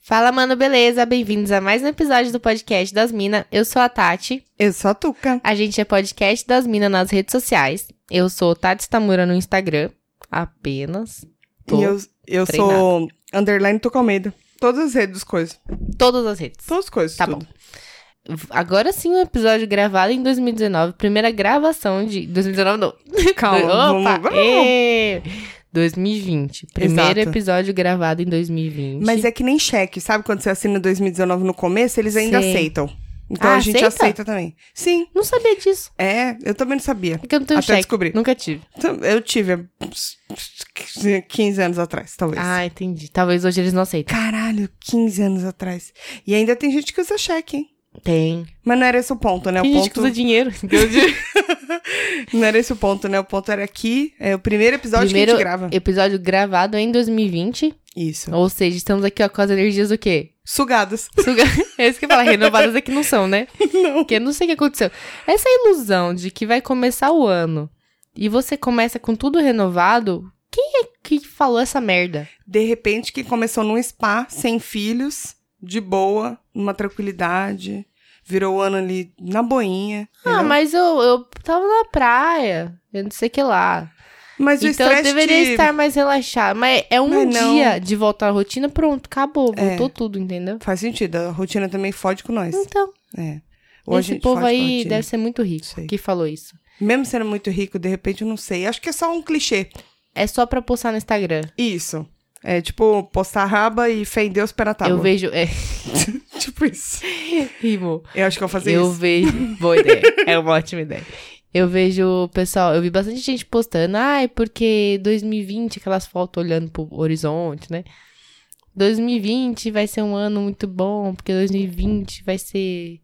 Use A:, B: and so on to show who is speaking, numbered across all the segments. A: Fala, mano, beleza? Bem-vindos a mais um episódio do podcast das Minas. Eu sou a Tati.
B: Eu sou a Tuca.
A: A gente é podcast das Minas nas redes sociais. Eu sou Tati Stamura no Instagram, apenas. Tô.
B: e eu, eu
A: treinada.
B: sou underline Tuca Almeida. Todas as redes, coisas.
A: Todas as redes.
B: Todas as coisas.
A: Tá
B: tudo.
A: V- Agora sim, um episódio gravado em 2019. Primeira gravação de. 2019 não.
B: Calma,
A: Opa!
B: vamos-
A: ê! 2020. Primeiro
B: Exato.
A: episódio gravado em 2020.
B: Mas é que nem cheque, sabe? Quando você assina 2019 no começo, eles ainda
A: Sei.
B: aceitam. Então
A: Ah,
B: a gente
A: aceita?
B: aceita? também. Sim,
A: Não sabia disso.
B: é. Eu também não sabia.
A: Porque eu não tenho
B: Até
A: cheque.
B: descobrir.
A: Nunca tive.
B: Então, Eu tive há uns 15 anos atrás, talvez.
A: Ah, entendi. Talvez hoje eles não aceitem.
B: Caralho, 15 anos atrás. E ainda tem gente que usa cheque, hein?
A: Tem.
B: Mas não era esse o ponto, né? O
A: Tem gente que
B: ponto,
A: usa dinheiro.
B: não era esse o ponto, né? O ponto era aqui, é o primeiro episódio que a
A: Primeiro
B: gente grava.
A: episódio gravado em 2020.
B: Isso.
A: Ou seja, estamos aqui ó, com as energias do quê?
B: Sugadas.
A: Suga... é isso que eu falo, renovadas aqui não são, né? Não. Porque eu não sei o que aconteceu. Essa ilusão de que vai começar o ano e você começa com tudo renovado, quem é que falou essa merda?
B: De repente, que começou num spa, sem filhos, de boa, numa tranquilidade. Virou o ano ali na boinha.
A: Ah,
B: entendeu?
A: mas eu, eu tava na praia, eu não sei o que lá.
B: mas o
A: então eu
B: estresse
A: deveria
B: de-
A: estar mais relaxada. Mas é um
B: Mas não.
A: dia de voltar à rotina, pronto, acabou,
B: É.
A: voltou tudo, entendeu?
B: Faz sentido, a rotina também fode com nós.
A: Então,
B: É. Ou a
A: esse
B: gente
A: povo
B: fode com a
A: aí
B: rotina.
A: deve ser muito rico
B: Sei.
A: que falou isso.
B: Mesmo sendo muito rico, de repente, eu não sei. Acho que é só um clichê.
A: É só pra postar no Instagram.
B: Isso. É tipo, postar raba e fé em Deus, pé na tábua.
A: eu vejo. É,
B: tipo isso.
A: rimou.
B: Eu acho que eu vou fazer
A: eu
B: isso.
A: vejo. Boa ideia. É uma ótima ideia. Eu vejo, o pessoal, eu vi bastante gente postando, ai, porque 2020, aquelas fotos olhando pro horizonte, né? 2020 vai ser um ano muito bom, porque 2020 vai ser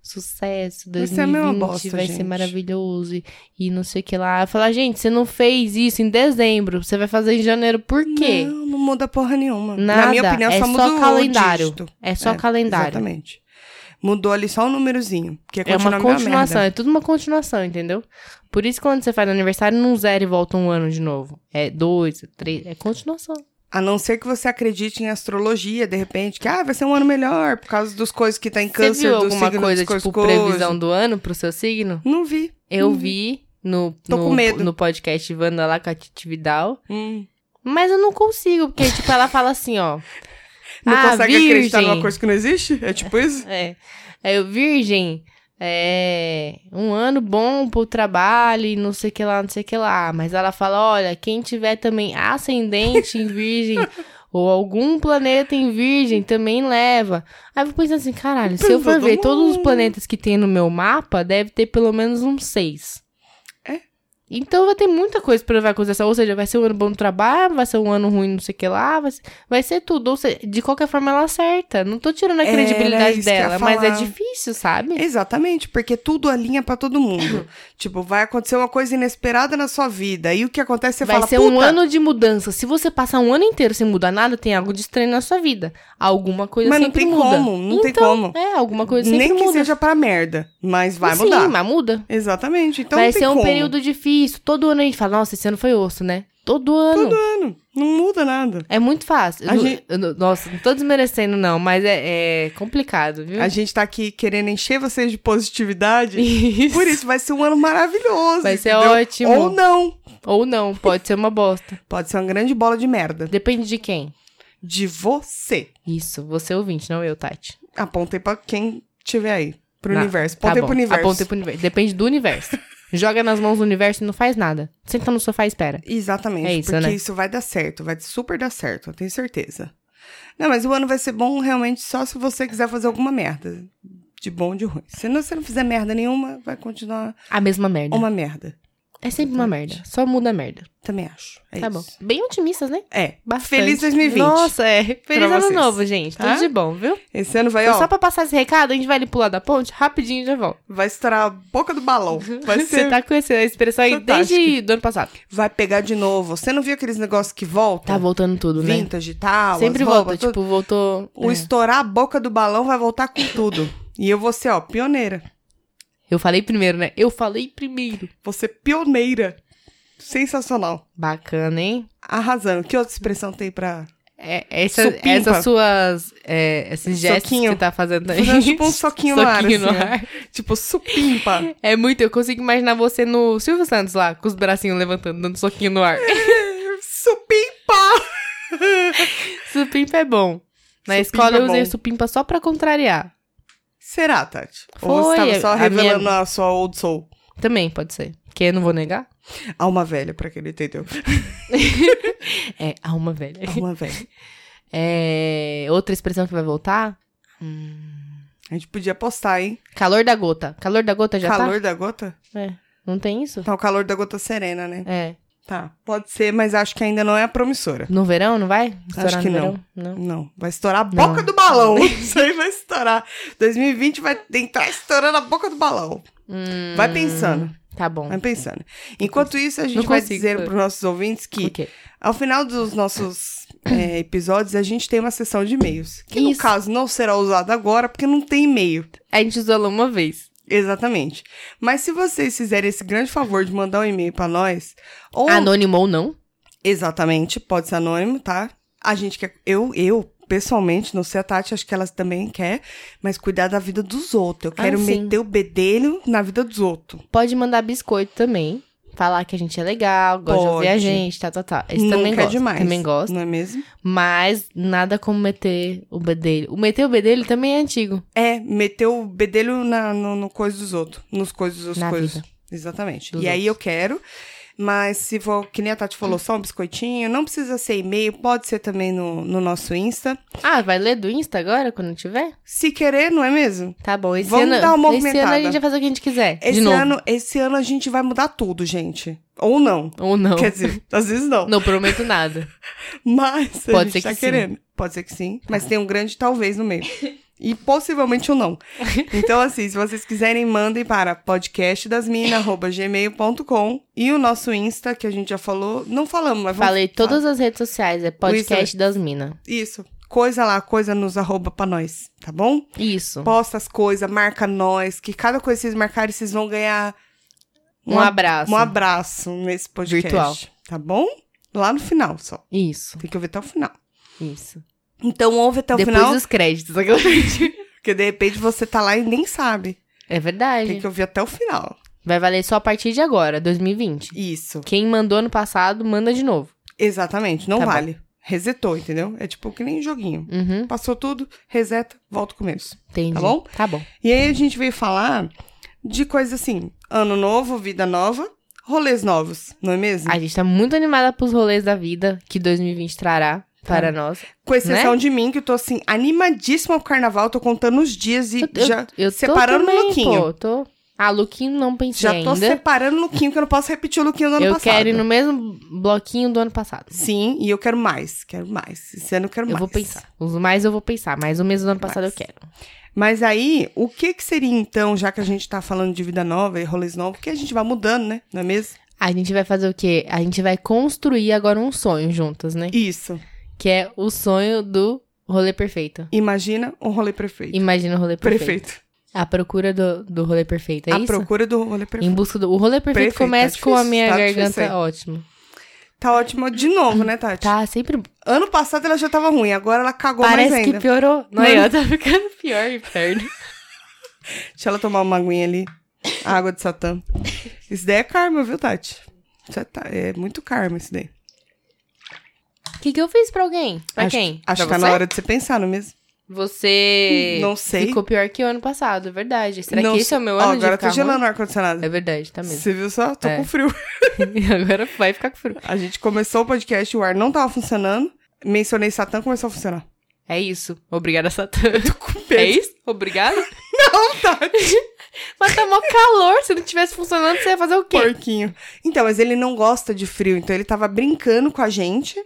A: sucesso,
B: Vai ser a mesma
A: 2020
B: bosta,
A: vai ser
B: gente.
A: maravilhoso e, e não sei o que lá. Eu falo, "Ah, gente, você não fez isso em dezembro, você vai fazer em janeiro, por quê?
B: Não, não muda porra nenhuma.
A: Nada,
B: Na minha opinião,
A: é
B: só
A: só
B: muda o
A: calendário.
B: dígito.
A: É só
B: É,
A: calendário.
B: Exatamente. Mudou ali só um númerozinho. Que é,
A: É uma
B: continua a mesma
A: continuação,
B: merda.
A: é tudo uma continuação, entendeu? Por isso que quando você faz no aniversário, não zera e volta um ano de novo. É dois, é três, é continuação.
B: A não ser que você acredite em astrologia, de repente, que ah, vai ser um ano melhor por causa dos coisas que tá em
A: Você
B: câncer,
A: viu
B: do
A: alguma
B: signo
A: coisa,
B: dos cois-
A: tipo,
B: cois-
A: previsão do ano pro seu signo?
B: Não vi.
A: Eu
B: Hum.
A: vi no,
B: Tô
A: no,
B: com medo.
A: no podcast Wanda lá com a Titi Vidal,
B: Hum.
A: mas eu não consigo, porque, tipo, ela fala assim, ó...
B: Não
A: ah,
B: consegue
A: virgem,
B: acreditar numa coisa que não existe? É tipo isso?
A: É. Aí eu, virgem, é um ano bom pro trabalho e não sei o que lá, não sei o que lá. Mas ela fala: olha, quem tiver também ascendente em virgem. Ou algum planeta em virgem também leva. Aí eu fico pensando assim, caralho, se eu for
B: Todo
A: ver todos os
B: mundo.
A: planetas que tem no meu mapa, deve ter pelo menos uns seis.
B: É.
A: Então vai ter muita coisa pra levar em consideração. Ou seja, vai ser um ano bom no trabalho, vai ser um ano ruim, não sei o que lá, vai ser, vai ser tudo. Ou seja, de qualquer forma ela acerta. Não tô tirando a
B: É, era
A: credibilidade
B: isso que eu ia
A: dela, mas é
B: falar. É,
A: difícil, sabe?
B: Exatamente, porque tudo alinha pra todo mundo. tipo, vai acontecer uma coisa inesperada na sua vida. E o que acontece, você
A: vai
B: fala,
A: ser
B: puta,
A: um ano de mudança. Se você passar um ano inteiro sem mudar nada, tem algo de estranho na sua vida. Alguma coisa
B: mas não
A: sempre
B: tem
A: muda.
B: como, não tem
A: Então,
B: como.
A: É, alguma coisa sempre
B: Nem que
A: muda.
B: seja pra merda, mas vai
A: Sim,
B: mudar.
A: mas muda.
B: Exatamente, então
A: vai
B: não tem
A: ser um
B: como.
A: período difícil. Todo ano a gente fala, nossa, esse ano foi osso, né? Todo ano.
B: Não muda nada.
A: É muito fácil.
B: A
A: Eu-
B: gente-
A: eu- nossa, não tô desmerecendo, não, mas é, é complicado, viu?
B: A gente tá aqui querendo encher vocês de positividade.
A: Isso.
B: Por isso, vai ser um ano maravilhoso.
A: Vai ser
B: entendeu?
A: ótimo.
B: Ou não.
A: Ou não, pode ser uma bosta.
B: Pode ser uma grande bola de merda.
A: Depende de quem.
B: De você.
A: Isso, você é ouvinte, não eu, Tati.
B: Apontei pra quem tiver aí. Pro
A: Não,
B: universo.
A: Tá
B: Apontei
A: bom.
B: pro universo.
A: Apontei pro universo. Depende do universo. Joga nas mãos do universo e não faz nada. Senta no sofá e espera.
B: Exatamente.
A: É isso,
B: porque
A: né?
B: isso vai dar certo. Vai super dar certo. Eu tenho certeza. Não, mas o ano vai ser bom realmente só se você quiser fazer alguma merda. De bom ou de ruim. Se não, se não fizer merda nenhuma, vai continuar
A: A mesma merda.
B: uma merda.
A: É sempre uma
B: Exatamente.
A: merda. Só muda a merda.
B: Também acho. É
A: tá
B: isso.
A: bom. Bem otimistas, né?
B: É.
A: Bastante.
B: Feliz 2020.
A: Nossa, é. Feliz ano
B: vocês.
A: novo, gente.
B: Tá?
A: Tudo de bom, viu?
B: Esse ano vai,
A: Então,
B: ó.
A: só pra passar esse recado, a gente vai ali pular da ponte, rapidinho já volta.
B: Vai estourar a boca do balão. Vai
A: Você
B: ser.
A: tá conhecendo a expressão aí
B: Fantástico.
A: desde do ano passado.
B: Vai pegar de novo. Você não viu aqueles negócios que voltam?
A: Tá voltando tudo, né?
B: Vintage e tal.
A: Sempre
B: as
A: volta,
B: roupas, tudo?
A: tipo, voltou.
B: O
A: é.
B: estourar a boca do balão vai voltar com tudo. E eu vou ser, ó, pioneira.
A: Eu falei primeiro, né? Eu falei primeiro.
B: Vou ser pioneira. Sensacional.
A: Bacana, hein?
B: Arrasando. Que outra expressão tem pra
A: É, essa-
B: Supimpa.
A: essas suas. é, esses gestos
B: Soquinho.
A: que você tá fazendo também.
B: Fazendo tipo um soquinho no ar, assim, ó. Tipo, supimpa.
A: É muito, eu consigo imaginar você no Silvio Santos lá, com os bracinhos levantando, dando soquinho no ar.
B: supimpa!
A: supimpa é bom. Na
B: Supimpa
A: escola
B: é
A: eu usei
B: bom.
A: supimpa só pra contrariar.
B: Será, Tati? Ou
A: Foi,
B: você tava
A: a
B: só revelando a sua old soul?
A: Também pode ser. Que eu não vou negar.
B: Alma velha, pra quem não entendeu.
A: É, alma velha.
B: Alma velha.
A: É, outra expressão que vai voltar? Hum,
B: A gente podia postar, hein?
A: calor da gota. Calor da gota já
B: calor da gota?
A: tá? É. Não tem isso?
B: Tá, o calor da gota serena, né?
A: É.
B: Tá, pode ser, mas acho que ainda não é a promissora.
A: No verão, não vai? Estourar
B: que
A: no
B: não.
A: verão? Não.
B: Não, vai estourar a boca
A: Não.
B: do balão. Isso aí vai estourar. 2020 vai entrar estourando a boca do balão.
A: Hum,
B: Vai pensando,
A: Tá bom.
B: vai pensando. Enquanto isso, a gente
A: Não
B: vai
A: consigo,
B: dizer
A: foi.
B: para os nossos ouvintes
A: O
B: que,
A: quê?
B: ao final dos nossos é, episódios, a gente tem uma sessão de e-mails. Que, no
A: Isso.
B: caso, não será usada agora, porque não tem e-mail.
A: A gente isolou uma vez.
B: Exatamente. Mas se vocês fizerem esse grande favor de mandar um e-mail para nós, ou
A: Anônimo ou não?
B: Exatamente, pode ser anônimo, tá? A gente quer. Eu, eu, pessoalmente, não sei a Tati, acho que ela também quer, mas cuidar da vida dos outros. Eu
A: Ah,
B: quero
A: sim.
B: meter o bedelho na vida dos outros.
A: Pode mandar biscoito também. Falar que a gente é legal, gosta de ouvir a
B: Pode.
A: gente, tá, tá, tá. Esse
B: Nunca
A: também
B: é
A: gosta.
B: demais.
A: Também gosta.
B: Não é mesmo?
A: Mas nada como meter o bedelho. O meter o bedelho também é antigo.
B: É, meter o bedelho na, no, no coisa dos outros. Nos coisas dos
A: Na
B: coisas.
A: vida.
B: Exatamente.
A: Dos
B: e aí
A: outros.
B: eu quero. Mas se for, que nem a Tati falou, só um biscoitinho, não precisa ser e-mail, pode ser também no, no nosso Insta.
A: Ah, vai ler do Insta agora, quando tiver?
B: Se querer, não é mesmo?
A: Tá bom. Esse
B: Vamos
A: ano,
B: dar uma
A: Esse ano a
B: movimentada.
A: gente vai fazer o que a gente quiser. de
B: Esse
A: novo.
B: ano, esse ano a gente vai mudar tudo, gente. Ou não.
A: Ou não.
B: Quer dizer, às vezes não.
A: Não prometo nada.
B: Mas a
A: Pode ser
B: gente tá
A: que sim.
B: querendo. Pode ser que sim. Mas tem um grande talvez no meio. E possivelmente um não. Então, assim, se vocês quiserem, mandem para podcastdasmina.gmail.com e o nosso Insta, que a gente já falou. Não falamos, mas vamos...
A: Falei todas as redes sociais, é podcast
B: Isso,
A: das minas.
B: Isso. Coisa lá, coisa nos arroba pra nós, tá bom?
A: Isso.
B: Posta as coisas, marca nós, que cada coisa que vocês marcarem, vocês vão ganhar
A: Um,
B: ab-
A: abraço.
B: um abraço nesse podcast.
A: Virtual.
B: Tá bom? Lá no final só.
A: Isso,
B: Tem que ouvir até o final.
A: isso.
B: Então ouve até o
A: Depois
B: final.
A: dos créditos. aquela gente.
B: Porque de repente você tá lá e nem sabe.
A: É verdade.
B: Tem que ouvir até o final.
A: Vai valer só a partir de agora, 2020.
B: Isso.
A: Quem mandou ano passado, manda de novo.
B: Exatamente. Não
A: Tá bom.
B: vale. Resetou, entendeu? É tipo que nem joguinho.
A: Uhum,
B: Passou tudo, reseta, volta o começo.
A: entendi.
B: Tá bom?
A: Tá bom.
B: E aí a gente veio falar de coisas assim: ano novo, vida nova, rolês novos, não é mesmo?
A: A gente tá muito animada pros rolês da vida que 2020 trará
B: Tá.
A: para nós.
B: Com exceção
A: né?
B: de mim, que eu tô assim, animadíssima pro carnaval, tô contando os dias e
A: Eu, eu-
B: já.
A: eu
B: separando o
A: tô também,
B: lookinho.
A: Pô, tô... Ah, Luquinho não pensei
B: Já tô
A: ainda.
B: separando o Luquinho, que eu não posso repetir o Luquinho do ano
A: eu
B: passado.
A: quero ir no mesmo bloquinho do ano passado.
B: Sim, e eu quero mais, quero mais. Esse ano eu quero
A: Eu
B: mais.
A: vou pensar. Os mais eu vou pensar, mas o mês do ano passado
B: Mais.
A: eu quero.
B: Mas aí, o que que seria então, já que a gente tá falando de vida nova e rolês novos, porque a gente vai mudando, né? Não é mesmo?
A: A gente vai fazer o quê? A gente vai construir agora um sonho juntas, né?
B: Isso.
A: Que é o sonho do rolê perfeito.
B: Imagina um rolê perfeito.
A: Imagina o rolê perfeito.
B: Perfeito.
A: A procura do, do rolê perfeito, é
B: a
A: isso?
B: procura do rolê perfeito.
A: Em busca do. O rolê perfeito,
B: Perfeito, tá
A: começa com a
B: difícil,
A: minha
B: tá difícil aí.
A: garganta ótima.
B: Tá ótimo de novo, né, Tati?
A: Tá, sempre.
B: Ano passado ela já tava ruim, agora ela cagou mais
A: Parece que
B: ainda.
A: piorou. Não,
B: Não.
A: eu tá ficando pior, inferno.
B: Deixa ela tomar uma aguinha ali. A água de Satã. Isso daí é karma, viu, Tati? Isso é, ta- é muito karma isso daí.
A: O que, que eu fiz pra alguém? Pra
B: acho,
A: quem?
B: Acho que
A: pra
B: tá
A: você?
B: na hora de você pensar, não é mesmo?
A: Você.
B: Não sei.
A: Ficou pior que o ano passado, é verdade. Será
B: Não
A: que esse
B: sei.
A: é o meu
B: Ó,
A: ano de
B: agora eu
A: ficar
B: tô gelando
A: ruim?
B: o ar-condicionado.
A: É verdade, tá mesmo.
B: Você viu só? Tô
A: É.
B: com frio.
A: Agora vai ficar com frio.
B: A gente começou o podcast, o ar não tava funcionando. Mencionei Satã, começou a funcionar.
A: É isso. Obrigada, Satã.
B: medo.
A: É isso? Obrigada? Não, tá. Tati. Mas tá mó calor. Se não tivesse funcionando, você ia fazer o quê?
B: Porquinho. Então, mas ele não gosta de frio, então ele tava brincando com a gente.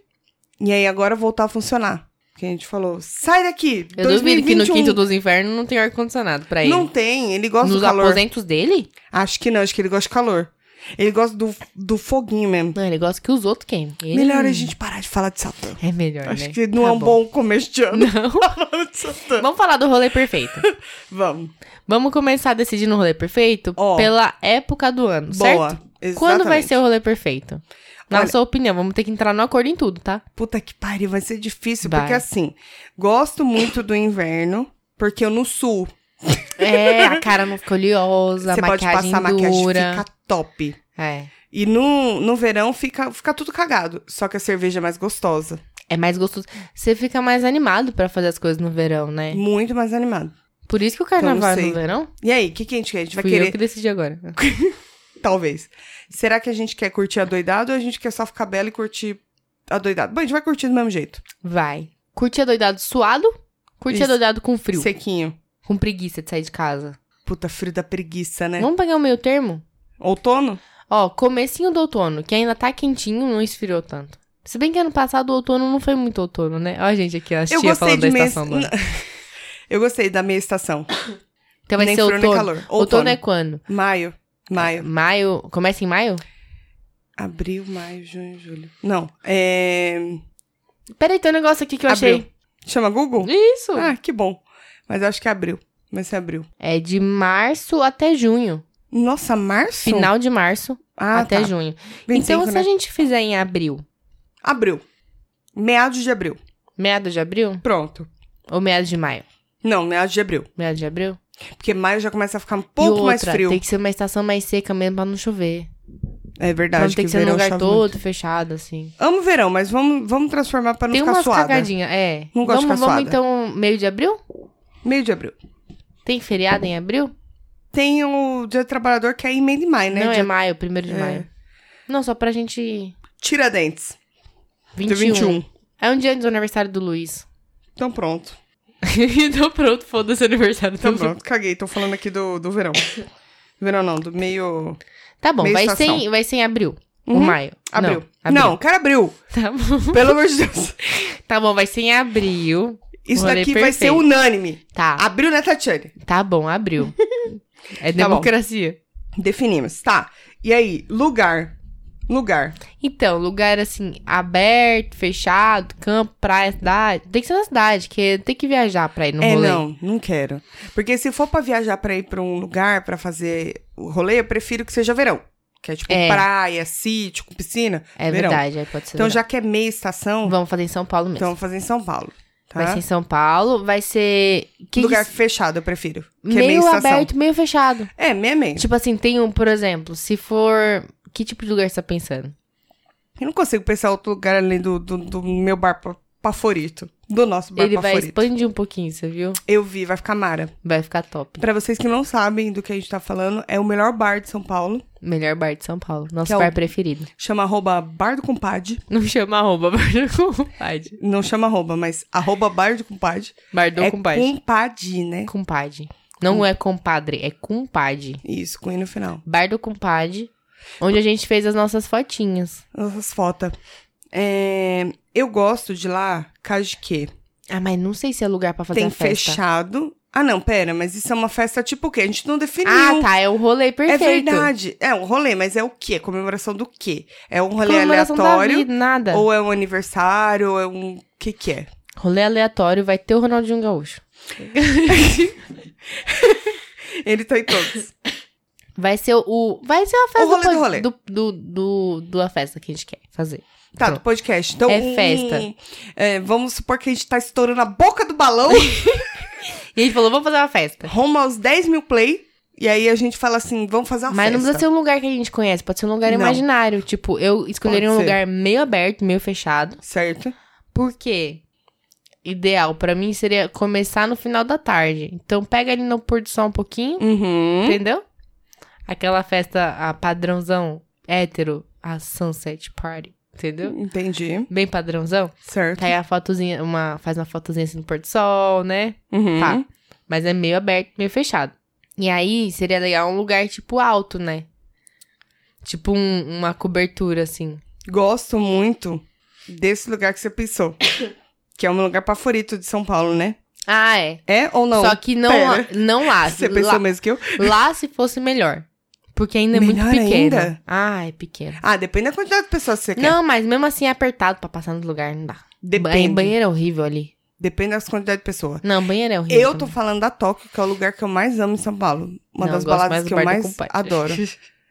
B: E aí agora voltar a funcionar. Porque a gente falou, sai daqui!
A: Eu duvido que no
B: 2021
A: quinto dos infernos não tem ar-condicionado pra ele.
B: Não tem, ele gosta
A: Nos
B: do calor.
A: aposentos dele?
B: Acho que não, acho que ele gosta de calor. Ele gosta do, do foguinho mesmo.
A: Não, ele gosta que os outros queimem. Ele-
B: Melhor a gente parar de falar de Satã.
A: É melhor,
B: Acho
A: né?
B: que não
A: Tá
B: é um bom começo de ano
A: Não.
B: falando de Satã.
A: Vamos falar do rolê perfeito.
B: Vamos.
A: Vamos começar decidindo o rolê perfeito
B: Ó.
A: pela época do ano,
B: Boa.
A: certo? Quando vai ser o rolê perfeito? Na
B: Olha-
A: sua opinião, vamos ter que entrar no acordo em tudo, tá?
B: Puta que pariu, vai ser difícil,
A: Vai.
B: porque assim, gosto muito do inverno, porque eu no sul,
A: É, a cara não ficou oleosa, a
B: você pode
A: maquiagem
B: passar maquiagem,
A: dura.
B: fica top.
A: É.
B: E no, no verão fica, fica tudo cagado, só que a cerveja é mais gostosa,
A: É mais gostoso. Você fica mais animado pra fazer as coisas no verão, né?
B: muito mais animado.
A: Por isso que o carnaval é
B: Então, sei.
A: no verão?
B: E aí, o que, que a gente quer? A gente vai
A: Fui
B: querer,
A: eu que decidi agora.
B: talvez. Será que a gente quer curtir a doidada ou a gente quer só ficar bela e curtir a doidada? Bom, a gente vai curtir do mesmo jeito,
A: Vai. Curte a doidado suado? Curte
B: Isso.
A: a doidado com frio?
B: sequinho.
A: Com preguiça de sair de casa.
B: Puta, frio da preguiça, né?
A: Vamos pegar o meio termo?
B: Outono?
A: Ó, comecinho do outono, que ainda tá quentinho, não esfriou tanto. Se bem que ano passado o outono não foi muito outono, né? Ó, gente, aqui, a
B: Eu
A: tia
B: gostei
A: falando
B: de
A: da
B: meia...
A: estação do ano.
B: Eu gostei da meia estação.
A: Então vai
B: nem
A: ser
B: frio,
A: outono.
B: nem
A: outono.
B: calor.
A: é quando?
B: Maio.
A: Ah,
B: Maio.
A: Maio. Começa em maio? tá.
B: Abril, maio, junho, julho. Não. É...
A: Peraí, tem um negócio aqui que eu
B: Abril.
A: achei.
B: Chama Google?
A: Isso!
B: Ah, que bom. Mas eu acho que é abril. Vai ser abril.
A: É de março até junho.
B: Nossa, março?
A: Final de março
B: ah,
A: até
B: tá.
A: junho.
B: 25,
A: então, se a
B: né?
A: gente fizer em abril,
B: Abril. Meados de abril.
A: meados de abril?
B: Pronto.
A: Ou meados de maio?
B: Não, meados de abril.
A: Meados de abril?
B: Porque maio já começa a ficar um
A: e
B: pouco
A: outra,
B: mais frio.
A: Tem que ser uma estação mais seca mesmo pra não chover.
B: É
A: Pra
B: verdade.
A: não ter que, ser num
B: verão
A: lugar
B: chove
A: todo
B: muito.
A: fechado, assim.
B: Amo verão, mas vamos, vamos transformar pra não
A: Tem
B: ficar
A: umas
B: suada.
A: cagadinhas, é.
B: Não gosto de
A: vamos, vamos
B: ficar suada.
A: então, meio de abril?
B: Meio de abril.
A: Tem feriado em abril?
B: Tem o dia do trabalhador que é emenda em maio, né?
A: Não, é
B: dia...
A: maio, primeiro de
B: É.
A: maio. Não, só pra gente.
B: Tiradentes.
A: 21.
B: Dia 21.
A: É um dia antes do aniversário do Luiz.
B: Então pronto.
A: então pronto, foda-se o aniversário do
B: Então
A: Luiz.
B: pronto, caguei. Tô falando aqui do, do verão. verão não, do meio...
A: Tá bom,
B: Meia
A: vai ser,
B: estação.
A: em, vai ser em abril. Ou
B: Uhum.
A: maio.
B: Abril.
A: Não,
B: Não, cara, abril.
A: Tá bom.
B: Pelo amor de Deus.
A: Tá bom, vai ser em abril.
B: Isso
A: Rolê
B: daqui vai ser
A: perfeito.
B: unânime.
A: Tá,
B: Abril, né, Tatiane?
A: tá bom, abril. É
B: Tá bom.
A: democracia.
B: Definimos. Tá. E aí, lugar. Lugar.
A: Então, lugar assim, aberto, fechado, campo, praia, cidade. Tem que ser na cidade, que tem que viajar pra ir no
B: é,
A: rolê.
B: não, não quero. Porque se for pra viajar pra ir pra um lugar pra fazer o rolê, eu prefiro que seja verão. Que é tipo
A: É.
B: praia, sítio, com piscina.
A: É
B: verão.
A: verdade, aí pode ser.
B: Então,
A: verão.
B: já que é meia estação,
A: Vamos fazer em São Paulo mesmo.
B: então vamos fazer em São Paulo. Tá?
A: Vai ser em São Paulo, vai ser. que
B: lugar
A: isso?
B: fechado, eu prefiro. Que é meia
A: meio
B: estação.
A: aberto, meio fechado.
B: É, meia meia.
A: Tipo assim, tem um, por exemplo, se for. Que tipo de lugar você tá pensando?
B: Eu não consigo pensar outro lugar além do, do, do meu bar pa- favorito. Do nosso bar
A: Ele vai
B: favorito.
A: expandir um pouquinho, você viu?
B: Eu vi, vai ficar mara.
A: Vai ficar top.
B: Pra vocês que não sabem do que a gente tá falando, é o melhor bar de São Paulo.
A: Melhor bar de São Paulo. Nosso
B: Que é o-
A: bar preferido.
B: Chama arroba bar do compadre.
A: Não chama arroba, bar do compadre.
B: Não chama arroba, mas arroba bar do compadre.
A: Bar do
B: é
A: compadre.
B: compadre, né?
A: Compadre. Não é compadre, é compadre.
B: Isso, com i no final.
A: Bar do compadre, onde a gente fez as nossas fotinhas.
B: Nossas fotos. É, Eu gosto de lá, caso de quê?
A: Ah, mas não sei se é lugar pra fazer
B: Tem
A: a festa.
B: fechado. Ah, não, pera, mas isso é uma festa tipo o quê? A gente não definiu. um
A: Ah, tá, é o rolê
B: É
A: perfeito.
B: verdade. É um rolê, mas é o quê? Comemoração do quê? É um rolê
A: Comemoração da
B: aleatório?
A: vida, nada.
B: Ou é um aniversário? Ou é um. O que, que é?
A: Rolê aleatório vai ter o Ronaldinho Gaúcho.
B: Ele tá em todos.
A: Vai ser o- o. Vai ser a festa
B: rolê do
A: pod-
B: rolê.
A: do, do, do- da festa que a gente quer fazer.
B: Tá, do
A: Pronto.
B: podcast. Então,
A: É
B: um-
A: festa.
B: é, vamos supor que a gente tá estourando a boca do balão,
A: E a gente falou, vamos fazer uma festa.
B: rumo aos 10 mil play. E aí a gente fala assim: vamos fazer uma
A: Mas
B: festa.
A: não precisa ser um lugar que a gente conhece, pode ser um lugar
B: Não.
A: imaginário. Tipo, eu escolheria
B: Pode
A: um
B: ser.
A: lugar meio aberto, meio fechado.
B: Certo?
A: Porque ideal pra mim seria começar no final da tarde. Então pega ali no pôr do sol um pouquinho,
B: Uhum.
A: entendeu? Aquela festa a padrãozão hétero, a sunset party,
B: Uhum.
A: entendeu?
B: Entendi.
A: Bem padrãozão.
B: Certo.
A: Tá aí a fotozinha, uma, faz uma fotozinha assim no pôr do sol, né?
B: Uhum.
A: Tá. Mas é meio aberto, meio fechado. E aí seria legal um lugar tipo alto, né? Tipo um- uma cobertura assim.
B: Gosto muito desse lugar que você pensou. Que é um lugar favorito de São Paulo, né?
A: Ah, é.
B: É ou não?
A: Só que não,
B: pera.
A: não lá.
B: Você
A: lá-
B: pensou mesmo que eu?
A: Lá se fosse melhor. Porque ainda é muito
B: Melhor
A: pequeno.
B: ainda?
A: Ah, é pequeno.
B: Ah, depende da quantidade de pessoas que você quer.
A: Não, mas mesmo assim é apertado pra passar no lugar, não dá.
B: Depende.
A: Ba- Banheiro é horrível ali.
B: Depende das quantidades de pessoas.
A: Não, banheiro é horrível.
B: Eu tô falando da Tóquio, que é o lugar que eu mais amo em São Paulo. Uma
A: Não,
B: das
A: eu gosto
B: baladas
A: mais do
B: que
A: Bar
B: eu
A: do
B: mais
A: Compadre.
B: adoro.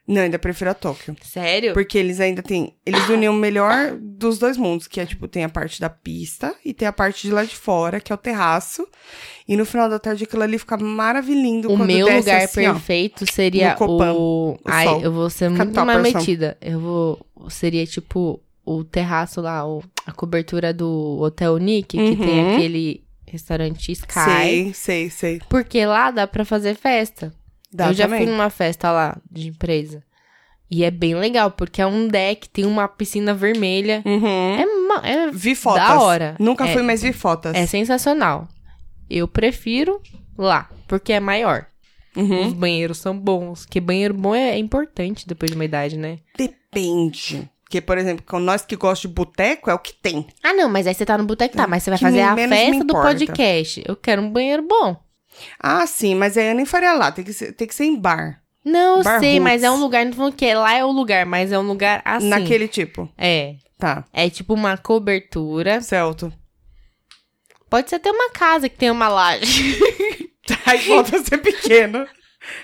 B: Não, ainda prefiro a Tóquio.
A: Sério?
B: Porque eles ainda têm. Eles uniam o melhor dos dois mundos, que é tipo, tem a parte da pista e tem a parte de lá de fora, que é o terraço. E no final da tarde aquilo ali fica maravilhindo.
A: O
B: quando
A: meu
B: desce
A: lugar
B: assim, ó.
A: perfeito seria
B: no Copan,
A: o. Ai,
B: sol.
A: eu vou ser muito
B: top,
A: mais
B: versão.
A: metida. Eu vou. Seria tipo o terraço lá, o- a cobertura do Hotel Nick, que tem
B: Uhum.
A: aquele restaurante Sky.
B: Sei, sei, sei.
A: Porque lá dá pra fazer festa.
B: Dá
A: eu já
B: também.
A: fui numa festa lá de empresa. E é bem legal, porque é um deck, tem uma piscina vermelha.
B: Uhum.
A: É, ma- é,
B: Vi fotos.
A: da hora.
B: Nunca
A: É.
B: fui, mas vi fotos.
A: é sensacional. Eu prefiro lá, porque é maior. Os
B: Uhum.
A: banheiros são bons. Porque banheiro bom é, é importante depois de uma idade, né?
B: Depende. Porque, por exemplo, com nós que gostamos de boteco, é o que tem.
A: Ah, não, mas aí você tá no boteco, tá. Mas você vai
B: Que
A: fazer
B: me-
A: a
B: menos me
A: festa do
B: importa.
A: podcast. Eu quero um banheiro bom.
B: Ah, sim, mas aí eu nem faria lá. Tem que ser, tem que ser em bar.
A: Não, eu
B: Bar
A: sei, mas
B: Roots.
A: é um lugar. Não tô falando que é lá é o lugar, mas é um lugar assim.
B: Naquele tipo.
A: É.
B: Tá.
A: É tipo uma cobertura.
B: Certo.
A: Pode ser até uma casa que tem uma laje.
B: Aí volta a ser pequeno.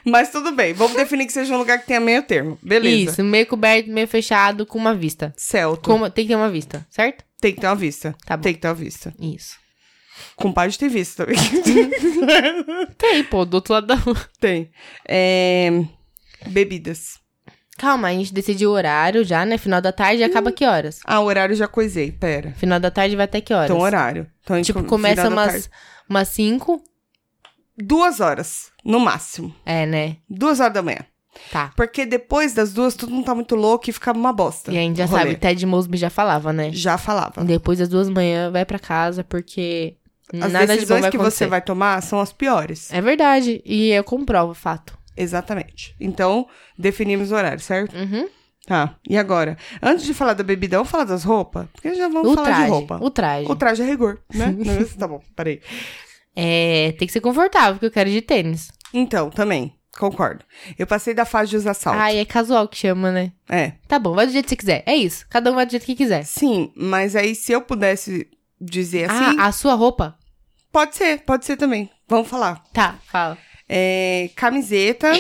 B: Mas tudo bem. Vamos definir que seja um lugar que tenha meio termo. Beleza.
A: Isso, meio coberto, meio fechado, com uma vista.
B: Celto.
A: Com uma- tem que ter uma vista, certo?
B: Tem que ter uma vista.
A: Tá bom.
B: Tem que ter uma vista.
A: Isso.
B: Com de tem vista também.
A: Tem, pô, do outro lado da rua.
B: tem. É, Bebidas.
A: Calma, a gente decidiu o horário já, né? Final da tarde acaba que horas?
B: Ah, o horário eu já coisei. Pera.
A: Final da tarde vai até que horas?
B: Então, horário. Então, a gente
A: tipo,
B: come-
A: começa
B: final da
A: umas,
B: tarde.
A: umas cinco.
B: Duas horas, no máximo.
A: É, né?
B: Duas horas da manhã.
A: Tá.
B: Porque depois das duas, todo mundo tá muito louco e fica uma bosta.
A: E a gente já
B: o Tá. rolê. Tá.
A: sabe, Ted Mosby já falava, né?
B: Já falava.
A: Depois das duas manhã vai pra casa, porque
B: As
A: nada de bom
B: decisões
A: vai
B: que
A: acontecer.
B: você vai tomar são as piores.
A: É verdade, e eu comprovo, fato.
B: Exatamente. Então, definimos o horário, certo?
A: Uhum.
B: Tá. E agora? Antes de falar da bebida, vamos falar das roupas? Porque já vamos
A: o,
B: falar
A: traje,
B: de roupa.
A: o traje.
B: O traje é rigor, né? Não é isso? tá bom, peraí.
A: É, tem que ser confortável, porque eu quero de tênis.
B: Então, também, concordo. Eu passei da fase de usar salto.
A: Ah, e é casual que chama, né?
B: É.
A: Tá bom, vai do jeito que você quiser. É isso. Cada um vai do jeito que quiser.
B: Sim, mas aí se eu pudesse dizer assim,
A: Ah, a sua roupa?
B: pode ser, pode ser também. Vamos falar.
A: Tá, fala.
B: É, camiseta,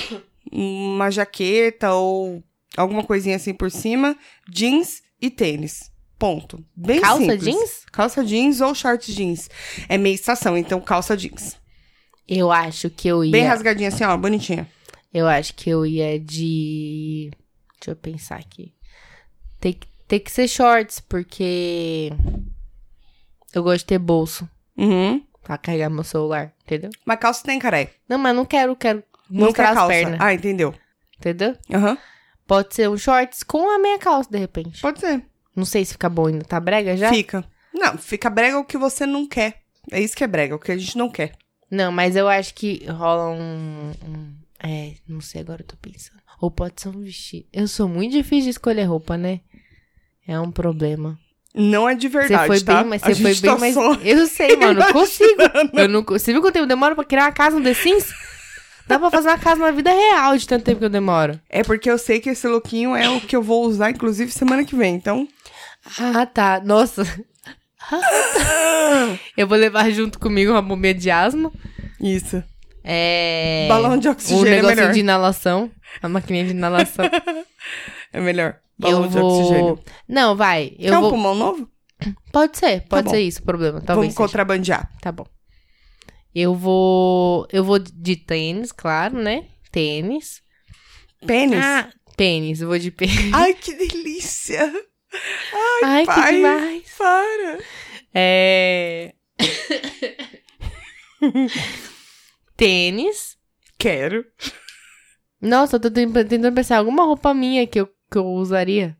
B: uma jaqueta ou alguma coisinha assim por cima, jeans e tênis. Ponto. Bem
A: Calça
B: simples.
A: jeans?
B: Calça jeans ou short jeans. É meia estação, então calça jeans.
A: Eu acho que eu ia.
B: Bem rasgadinha assim, ó, bonitinha.
A: Eu acho que eu ia de. Deixa eu pensar aqui. Tem, que- tem que ser shorts, porque. Eu gosto de ter bolso
B: Uhum.
A: pra carregar meu celular, entendeu?
B: Mas calça tem, caralho.
A: Não, mas não quero, quero
B: Não
A: mostrar
B: quer
A: as
B: calça.
A: pernas,
B: Ah, entendeu.
A: entendeu?
B: Aham.
A: Pode ser um shorts com a meia calça, de repente.
B: Pode ser.
A: Não sei se fica bom ainda. Tá brega já?
B: Fica. Não, fica brega o que você não quer. É isso que é brega, o que a gente não quer.
A: Não, mas eu acho que rola um. um- é, não sei, agora eu tô pensando. Ou pode ser um vestido. Eu sou muito difícil de escolher roupa, né? É um problema.
B: Não é de
A: Você
B: verdade,
A: foi
B: tá?
A: bem, mas
B: a
A: você foi
B: gente
A: bem,
B: tá
A: mas.
B: só-
A: Eu sei, mano, eu consigo.
B: imaginando.
A: Eu não, co- você viu quanto tempo eu demoro pra criar uma casa no The Sims? Dá pra fazer uma casa na vida real de tanto tempo que eu demoro.
B: É porque eu sei que esse lookinho é o que eu vou usar, inclusive, semana que vem. Então,
A: Ah, tá. Nossa. Eu vou levar junto comigo uma bombinha de asma.
B: isso.
A: É.
B: Balão de
A: um
B: oxigênio é
A: negocinho
B: melhor.
A: de inalação. A maquininha de inalação.
B: É melhor. Balão
A: eu
B: de
A: vou...
B: oxigênio.
A: Não, vai. Eu
B: Quer um
A: vou...
B: pulmão novo?
A: Pode ser, pode
B: Tá bom.
A: ser isso o problema. Talvez
B: Vamos
A: seja.
B: contrabandear.
A: Tá bom. Eu vou... Eu vou de tênis, claro, né? Tênis.
B: Pênis?
A: Ah, tênis. Eu vou de pênis.
B: Ai, que delícia!
A: Ai, que
B: pai.
A: demais.
B: Para!
A: É... tênis.
B: Quero.
A: Nossa, eu tô ten- tentando pensar alguma roupa minha que eu, que eu usaria.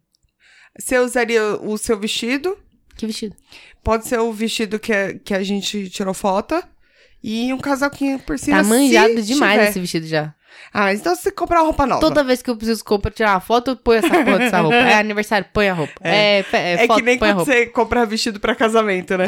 B: Você usaria o seu vestido?
A: Que vestido?
B: Pode ser o vestido que a, que a gente tirou foto. E um casaquinho por cima.
A: Tá
B: se
A: manjado demais
B: tiver.
A: esse vestido já.
B: Ah, então você comprar roupa nova.
A: Toda vez que eu preciso comprar, tirar uma foto, eu ponho essa foto dessa roupa. É aniversário, põe a roupa. É, fe- é,
B: É,
A: foto,
B: que nem
A: põe a
B: quando
A: roupa.
B: você comprar vestido pra casamento, né?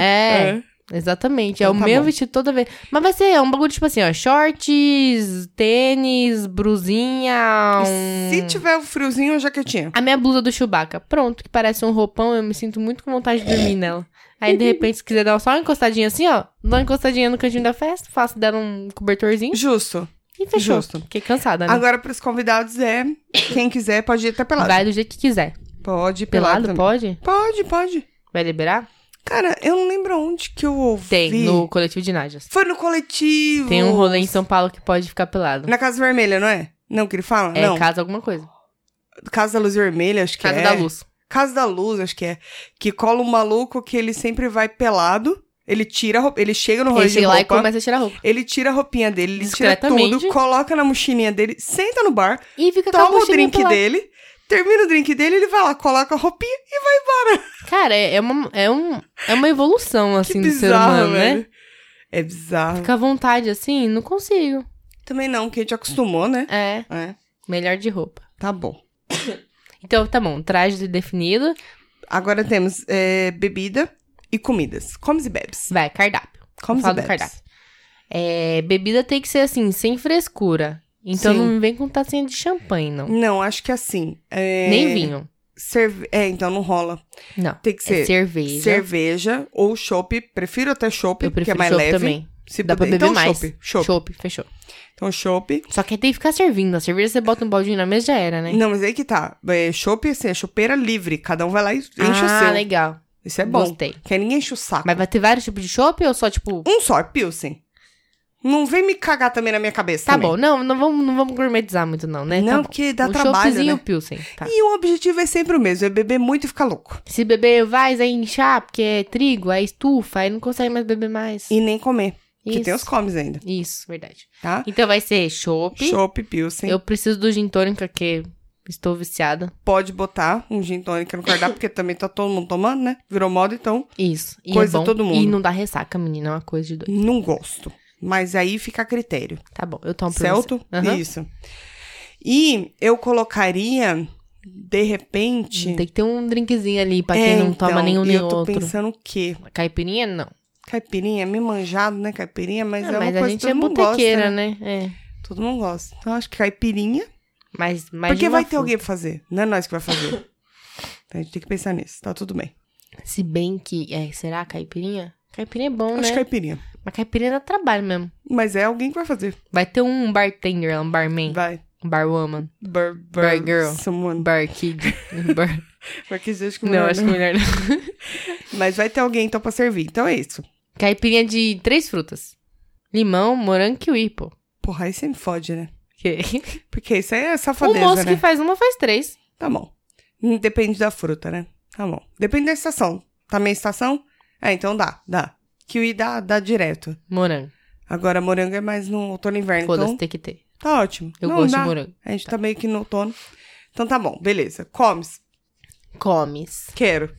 A: É. Exatamente, é
B: Então
A: o
B: tá
A: meu
B: bom.
A: vestido toda vez. Mas vai ser um bagulho tipo assim, ó, shorts, tênis, brusinha, um...
B: E se tiver um friozinho, uma jaquetinha.
A: A minha blusa do Chewbacca. Pronto, que parece um roupão, eu me sinto muito com vontade de dormir nela. Aí, de repente, se quiser dar só uma encostadinha assim, ó, dá uma encostadinha no cantinho da festa, faço dela um cobertorzinho
B: Justo.
A: e fechou.
B: Justo.
A: Fiquei cansada, né?
B: Agora, pros convidados, é. Quem quiser pode ir até pelado.
A: Vai do jeito que quiser.
B: Pode ir
A: Pelado,
B: pelado. também.
A: pode?
B: Pode, pode.
A: Vai liberar?
B: Cara, eu não lembro onde que eu ouvi.
A: Tem, no coletivo de Najas.
B: Foi no coletivo.
A: Tem um rolê em São Paulo que pode ficar pelado.
B: Na Casa Vermelha, não é? Não, que ele fala?
A: É
B: não.
A: casa alguma coisa.
B: Casa da Luz Vermelha, acho que
A: Casa
B: é.
A: da Luz.
B: Casa da Luz, acho que é. Que cola um maluco que ele sempre vai pelado. Ele tira a roupa. Ele chega no Um rolê
A: Ele
B: de
A: chega lá
B: roupa.
A: e começa a tirar roupa.
B: Ele tira a roupinha dele, ele tira tudo,
A: Discretamente.
B: coloca na mochilinha dele, senta no bar,
A: E fica com a
B: toma o
A: mochilinha
B: drink
A: pelada.
B: dele, termina o drink dele, ele vai lá, coloca a roupinha,
A: Cara, é, é uma, é, um, é uma evolução, assim,
B: que
A: do ser
B: bizarro,
A: humano,
B: velho.
A: né?
B: É bizarro.
A: Fica à vontade, assim, não consigo.
B: Também não, porque a gente acostumou, né?
A: É,
B: É,
A: melhor de roupa.
B: tá bom.
A: Então, tá bom, traje definido.
B: Agora temos é, bebida e comidas. Comes e bebes.
A: Vai, cardápio.
B: Comes e
A: Fala do
B: bebes.
A: cardápio. É, bebida tem que ser, assim, sem frescura. Então,
B: Sim.
A: não me vem com tacinha de champanhe, não.
B: Não, acho que assim. é,
A: Nem vinho.
B: cerve- É, então não rola.
A: Não.
B: Tem que
A: É
B: ser
A: cerveja.
B: cerveja ou chopp. Prefiro até chopp,
A: Eu
B: porque é
A: prefiro
B: mais
A: chopp
B: leve.
A: também.
B: Se
A: Dá pra
B: puder.
A: beber
B: então,
A: mais.
B: Chopp, chopp.
A: Chopp, fechou.
B: Então, chopp.
A: Só que aí tem que ficar servindo. A cerveja você bota um baldinho na mesa já era, né?
B: Não, mas aí que tá. É, chopp, assim, é chopeira livre. Cada um vai lá e enche o
A: ah,
B: seu.
A: legal.
B: Isso é bom.
A: Gostei.
B: Porque aí ninguém enche o saco.
A: Mas vai ter vários tipos de chopp ou só, tipo...
B: Um só, é Pilsen. Não vem me cagar também na minha cabeça.
A: Tá
B: também.
A: bom, não, não vamos, não vamos gourmetizar muito não, né?
B: Não,
A: tá bom.
B: porque dá
A: um
B: trabalho,
A: choppzinho
B: né?
A: Pilsen, tá.
B: E o objetivo é sempre o mesmo, é beber muito e ficar louco.
A: Se beber vai, aí inchar, porque é trigo, aí estufa, aí não consegue mais beber mais.
B: E nem comer,
A: Isso.
B: que tem os comes ainda,
A: Isso, verdade.
B: tá?
A: Então vai ser chopp.
B: Chopp, Pilsen.
A: Eu preciso do gin tônica, que estou viciada.
B: Pode botar um gin tônica no cardápio, porque também tá todo mundo tomando, né? Virou moda, então
A: Isso. E
B: Coisa
A: é bom.
B: todo mundo.
A: E não dá ressaca, menina, é uma coisa de doido.
B: não gosto. Mas aí fica a critério.
A: Tá bom, eu tomo pra você.
B: Celto?
A: Aham.
B: Isso. E eu colocaria, de repente...
A: Tem que ter um drinkzinho ali pra quem
B: É,
A: não toma
B: então,
A: nenhum
B: e
A: nem
B: eu tô
A: outro.
B: pensando o quê?
A: Caipirinha, não.
B: Caipirinha, me manjado, né? Caipirinha, mas
A: Ah,
B: é uma
A: mas
B: coisa
A: a
B: que
A: gente
B: todo
A: é
B: mundo gosta,
A: botequeira,
B: né?
A: né? É.
B: Todo mundo gosta. Então acho que caipirinha.
A: Mas, mas
B: porque vai ter alguém pra fazer. Não é nós que vai fazer. Então, a gente tem que pensar nisso. Tá tudo bem.
A: Se bem que. É, será caipirinha? Caipirinha é bom,
B: Acho
A: né?
B: que caipirinha.
A: Mas caipirinha dá trabalho mesmo.
B: Mas é alguém que vai fazer.
A: Vai ter um bartender, lá, um barman,
B: Vai.
A: um barwoman,
B: Bur,
A: Bar girl. um
B: Someone.
A: bar kid. um bar-
B: Porque acho que
A: Não, acho que melhor não.
B: Mas vai ter alguém então pra servir. Então é isso.
A: Caipirinha de três frutas: limão, morango e kiwi, pô.
B: Porra, aí você me fode, né?
A: Que-
B: Porque isso aí é
A: O
B: safadeza,
A: moço
B: né?
A: que faz uma faz três.
B: Tá bom. Hum, Depende da fruta, né? Tá bom. Depende da estação. Tá meia estação? É, então dá, dá. Kiwi dá, dá direto.
A: Morango.
B: Agora morango é mais no outono e inverno,
A: Foda-se,
B: então
A: tem que ter.
B: tá ótimo.
A: Eu
B: Não,
A: gosto
B: dá.
A: de morango.
B: A gente tá meio que no outono. Então tá bom, beleza. Comes?
A: Comes.
B: Quero.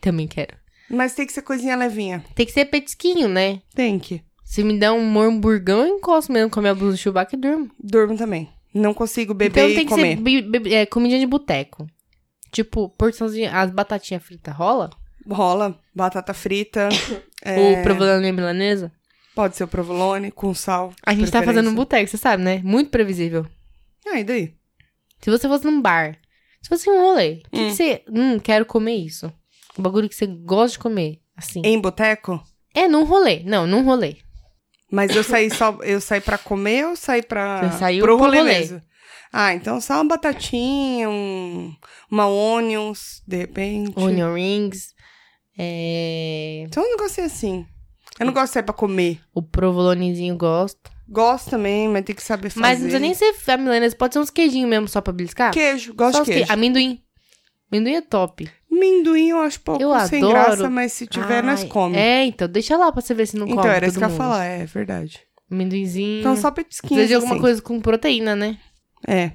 A: Também quero.
B: Mas tem que ser coisinha levinha.
A: Tem que ser petisquinho, né?
B: Tem que.
A: Se me der um hamburgão, eu encosto mesmo com a minha blusa de Chewbacca e durmo.
B: Durmo também. Não consigo beber
A: então tem
B: e
A: que
B: comer.
A: ser be- be- é, comidinha de boteco. Tipo, porçãozinha, as batatinhas fritas rola?
B: Rola, batata frita. é,
A: Ou provolone e milanesa?
B: Pode ser o provolone com sal.
A: A gente tá fazendo um
B: buto.
A: boteco, você sabe, né? Muito previsível.
B: Ah, e daí?
A: Se você fosse num bar, se fosse um rolê, o que,
B: Hum.
A: que você... Hum, quero comer isso. O bagulho que você gosta de comer, assim.
B: Em boteco?
A: É, num rolê. Não, num rolê.
B: Mas eu saí só, eu saí pra comer ou saí pra,
A: Você saiu
B: pro
A: pro
B: rolê,
A: rolê.
B: mesmo? Ah, então só uma batatinha, um, uma onions, de repente.
A: Onion rings, é...
B: Então eu não gostei assim. Eu não gosto de sair pra comer.
A: o provolonezinho eu gosto.
B: Gosto também, mas tem que saber fazer.
A: Mas não precisa nem ser a milanesa, pode ser uns queijinhos mesmo só pra beliscar.
B: Queijo, gosto
A: Só
B: de
A: os que-
B: queijo.
A: Amendoim. Amendoim é top.
B: Minduim eu acho pouco
A: Eu
B: sem
A: adoro.
B: graça, mas se tiver, nós
A: Ai,
B: come.
A: É, então, deixa lá pra você ver se não come.
B: então era isso
A: todo
B: que eu ia
A: mundo.
B: falar, é verdade.
A: Amendoinzinho.
B: Então só
A: Precisa
B: petisquinhas
A: de alguma
B: assim.
A: coisa com proteína, né?
B: É,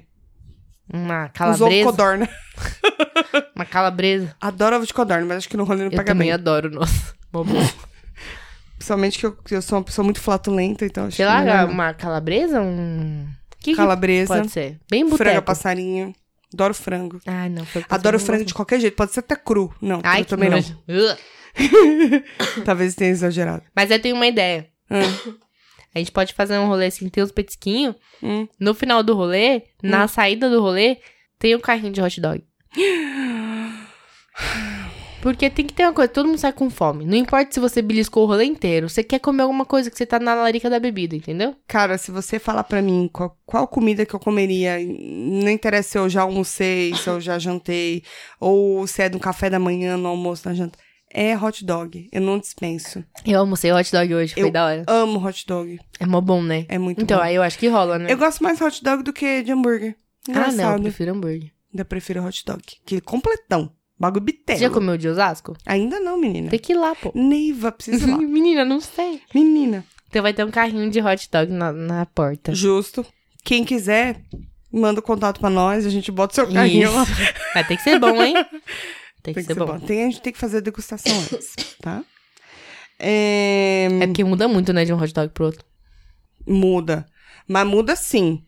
A: Uma
B: os ovos
A: calabresa.
B: codorna.
A: Uma calabresa.
B: Adoro ovo de codorna, mas acho que no rolê não
A: Eu
B: pega
A: também
B: bem.
A: adoro, nossa. Mó bom.
B: Principalmente que eu, que eu sou uma pessoa muito flatulenta, então acho
A: Sei
B: que
A: lá,
B: melhor não.
A: uma calabresa? Um... Que que
B: calabresa,
A: pode ser? Bem
B: frango a
A: boteco.
B: passarinho. Adoro frango.
A: Ai, não. Foi
B: Adoro frango de qualquer jeito, pode ser até cru. Não,
A: Ai,
B: eu
A: que
B: também não.
A: nojo. Ugh.
B: Talvez tenha exagerado.
A: Mas eu tenho uma ideia.
B: Hum,
A: A gente pode fazer um rolê assim, ter uns petisquinhos.
B: hum.
A: No final do rolê, na saída do rolê, tem um carrinho de hot dog. Porque tem que ter uma coisa, todo mundo sai com fome. Não importa se você beliscou o rolê inteiro, você quer comer alguma coisa que você tá na larica da bebida, entendeu?
B: Cara, se você falar pra mim qual, qual comida que eu comeria, não interessa se eu já almocei, se eu já jantei, ou se é do café da manhã, no almoço, na janta. É hot dog. Eu não dispenso.
A: Eu almocei hot dog hoje, foi
B: Eu-
A: da hora.
B: Amo hot dog.
A: É mó bom, né?
B: É muito
A: Então,
B: bom.
A: aí eu acho que rola, né?
B: Eu gosto mais hot dog do que de hambúrguer.
A: Ah, não, eu
B: Engraçado. É.
A: prefiro hambúrguer.
B: Ainda prefiro hot dog. Que é completão. Bagulho
A: Você já
B: bitelo.
A: comeu de Osasco?
B: Ainda não, menina.
A: Tem que ir lá, pô.
B: Neiva, precisa ir lá.
A: Menina, não sei.
B: Menina.
A: Então vai ter um carrinho de hot dog na, na porta.
B: Justo. Quem quiser, manda o contato pra nós. A gente bota o seu carrinho lá.
A: Vai ter que ser bom, hein? Tem que, ser, bom.
B: Tem, a gente tem que fazer a degustação antes, tá? É,
A: É porque muda muito, né, de um hot dog pro outro.
B: Muda. Mas muda sim.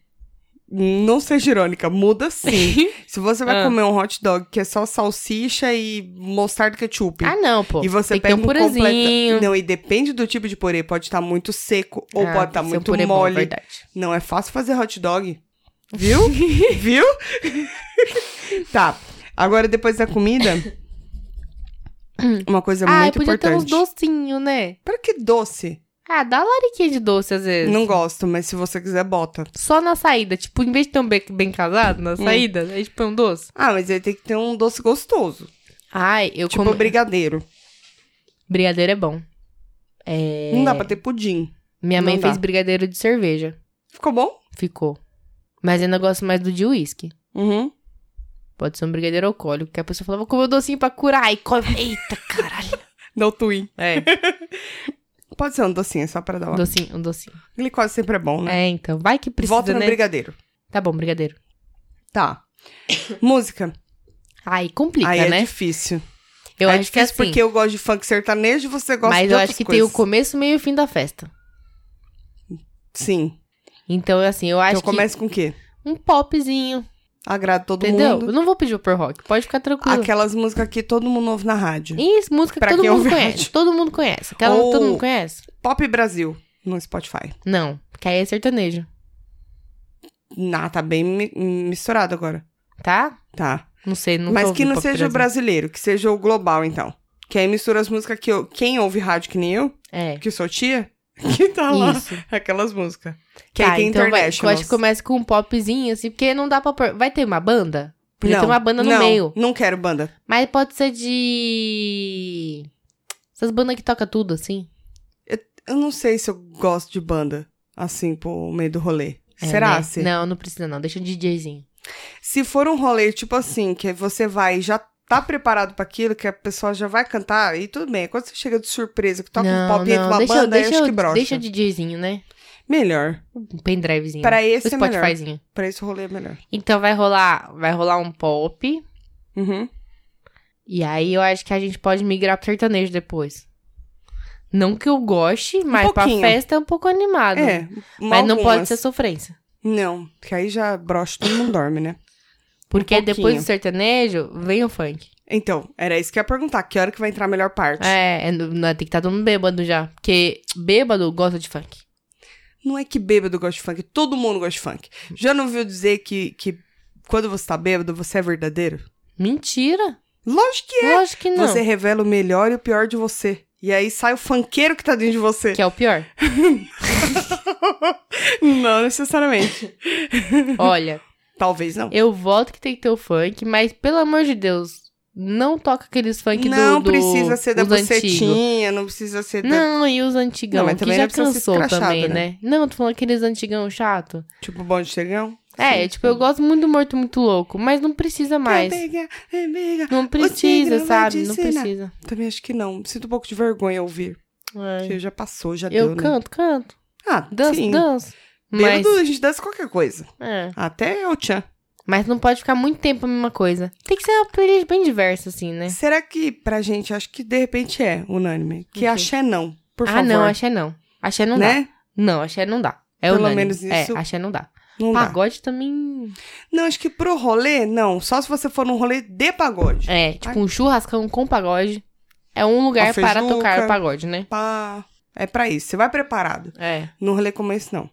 B: Não seja irônica, muda sim. Se você vai
A: Ah.
B: comer um hot dog que é só salsicha e mostarda e ketchup.
A: ah, não, pô.
B: E você
A: Tem que ter
B: pega
A: um
B: um
A: purezinho.
B: completa... Não, e depende do tipo de purê. Pode estar muito seco ou
A: Ah,
B: pode estar
A: seu
B: muito
A: purê bom, é
B: mole.
A: verdade.
B: não é fácil fazer hot dog. Viu? Viu? tá. Agora, depois da comida, uma coisa
A: ah,
B: é muito
A: podia ter uns
B: importante.
A: docinhos, né?
B: Pra que doce?
A: Ah, dá lariquinha de doce às vezes.
B: Não gosto, mas se você quiser, bota.
A: Só na saída. Tipo, em vez de ter um bem, bem casado
B: Hum.
A: na saída, a gente põe um doce.
B: Ah, mas aí tem que ter um doce gostoso.
A: Ai, eu
B: Tipo
A: como...
B: brigadeiro.
A: Brigadeiro é bom. É...
B: Não dá pra ter pudim.
A: Minha mãe
B: não dá.
A: fez brigadeiro de cerveja.
B: Ficou bom?
A: Ficou. Mas eu não gosto mais do de uísque.
B: Uhum.
A: Pode ser um brigadeiro alcoólico, que a pessoa fala, vou comer o docinho pra curar. E come. Eita, caralho.
B: Não twin.
A: É,
B: Pode ser um docinho, só pra dar
A: um
B: uma...
A: docinho, um docinho.
B: Glicose sempre é bom, né?
A: É, então, vai que precisa,
B: Volta no
A: né?
B: brigadeiro.
A: Tá bom, brigadeiro.
B: Tá. Música.
A: Aí complica,
B: aí é
A: né?
B: difícil.
A: Eu
B: é
A: acho que é
B: difícil
A: assim.
B: porque eu gosto de funk sertanejo e você gosta
A: mas
B: de
A: eu
B: outras
A: acho que
B: coisas.
A: tem o começo, meio e fim da festa.
B: Sim.
A: Então, assim, eu
B: Então
A: acho
B: começa com o quê?
A: que um popzinho,
B: Agrada todo
A: entendeu?
B: mundo.
A: Eu não vou pedir o rock, pode ficar tranquilo.
B: Aquelas músicas que todo mundo ouve na rádio.
A: Isso, música que
B: Pra
A: todo
B: quem
A: mundo
B: ouve
A: conhece.
B: rádio.
A: Todo mundo conhece. Aquela que todo
B: Ou-
A: mundo conhece?
B: Pop Brasil no Spotify.
A: Não, porque aí é sertanejo,
B: Ah, tá bem mi- misturado agora.
A: tá?
B: Tá.
A: Não sei, um não
B: Mas que não seja o brasileiro, que seja o global, então. Que aí mistura as músicas que eu, quem ouve rádio que nem eu,
A: É.
B: que sou tia, que tá lá.
A: Isso.
B: Aquelas músicas. Que aí
A: Tá,
B: tem
A: então vai, eu
B: international.
A: acho que começa com um popzinho, assim, porque não dá pra... pôr- Vai ter uma banda? Podia ter uma banda no
B: não,
A: meio.
B: Não quero banda.
A: Mas pode ser de... Essas bandas que tocam tudo, assim.
B: Eu não sei se eu gosto de banda, assim, pro meio do rolê.
A: É,
B: Será?
A: né?
B: se?
A: Não, não precisa não. Deixa um DJzinho.
B: Se for um rolê, tipo assim, que você vai e já tá preparado pra aquilo, que a pessoa já vai cantar, e tudo bem. Quando você chega de surpresa, que toca
A: não,
B: um pop e entra uma
A: deixa,
B: banda, aí
A: deixa,
B: acho que brocha.
A: deixa o DJzinho, né?
B: Melhor.
A: Um pendrivezinho.
B: Pra esse
A: um
B: é melhor.
A: Spotifyzinho.
B: Pra esse rolê é melhor.
A: Então vai rolar, vai rolar um pop.
B: Uhum.
A: E aí eu acho que a gente pode migrar pro sertanejo depois. Não que eu goste, mas pra
B: pouquinho.
A: festa é um pouco animado.
B: É.
A: mas não pode
B: algumas.
A: ser sofrência.
B: Não, porque aí já brocha, todo mundo dorme, né?
A: Porque
B: pouquinho.
A: depois do sertanejo, vem o funk.
B: Então, era isso que eu ia perguntar. Que hora que vai entrar a melhor parte?
A: É, é, não- tem que estar todo mundo bêbado já. Porque bêbado gosta de funk.
B: Não é que bêbado gosta de funk, todo mundo gosta de funk. Já não ouviu dizer que, que quando você tá bêbado, você é verdadeiro?
A: Mentira.
B: Lógico que
A: Lógico que não.
B: você revela o melhor e o pior de você. E aí sai o funkeiro que tá dentro de você.
A: Que é o pior.
B: Não necessariamente.
A: Olha,
B: Talvez não.
A: eu voto que tem que ter o funk, mas pelo amor de Deus, não toca aqueles funk do-
B: não
A: do...
B: precisa ser da
A: os antigos.
B: bucetinha, não precisa ser da.
A: Não, e os antigão,
B: Não, mas
A: que
B: também
A: já
B: não precisa ser
A: cansou
B: escrachado,
A: também,
B: né?
A: né? Não, tô falando aqueles antigão chato.
B: Tipo bonde de chegão.
A: É, tipo, eu gosto muito do Morto Muito Louco, mas não precisa mais.
B: Amiga, amiga.
A: Não
B: tigre
A: precisa,
B: vai
A: sabe?
B: te
A: Não
B: ensinar.
A: precisa.
B: Também acho que não. Sinto um pouco de vergonha ouvir.
A: Ai.
B: Porque Já passou, já
A: É. Eu
B: deu. né?
A: canto, canto.
B: Ah,
A: Danço,
B: sim.
A: danço. Mas,
B: Bêbado, a gente dança qualquer coisa.
A: é.
B: Até o tchan.
A: mas não pode ficar muito tempo a mesma coisa. Tem que ser uma playlist bem diversa, assim, né?
B: Será que pra gente, acho que de repente é unânime. Que
A: Ok.
B: axé não, por
A: ah,
B: favor.
A: não, axé não. Axé não dá.
B: né?
A: Não, axé não dá. É
B: Pelo
A: unânime.
B: menos isso-
A: É, axé não dá.
B: Não dá.
A: Pagode também...
B: Não, acho que pro rolê, não. Só se você for num rolê de pagode.
A: É, tipo, um churrascão com pagode. É um lugar
B: A
A: para
B: feijuca.
A: tocar o pagode, né?
B: Pá, é pra isso. Você vai preparado.
A: É.
B: Num rolê como esse, não.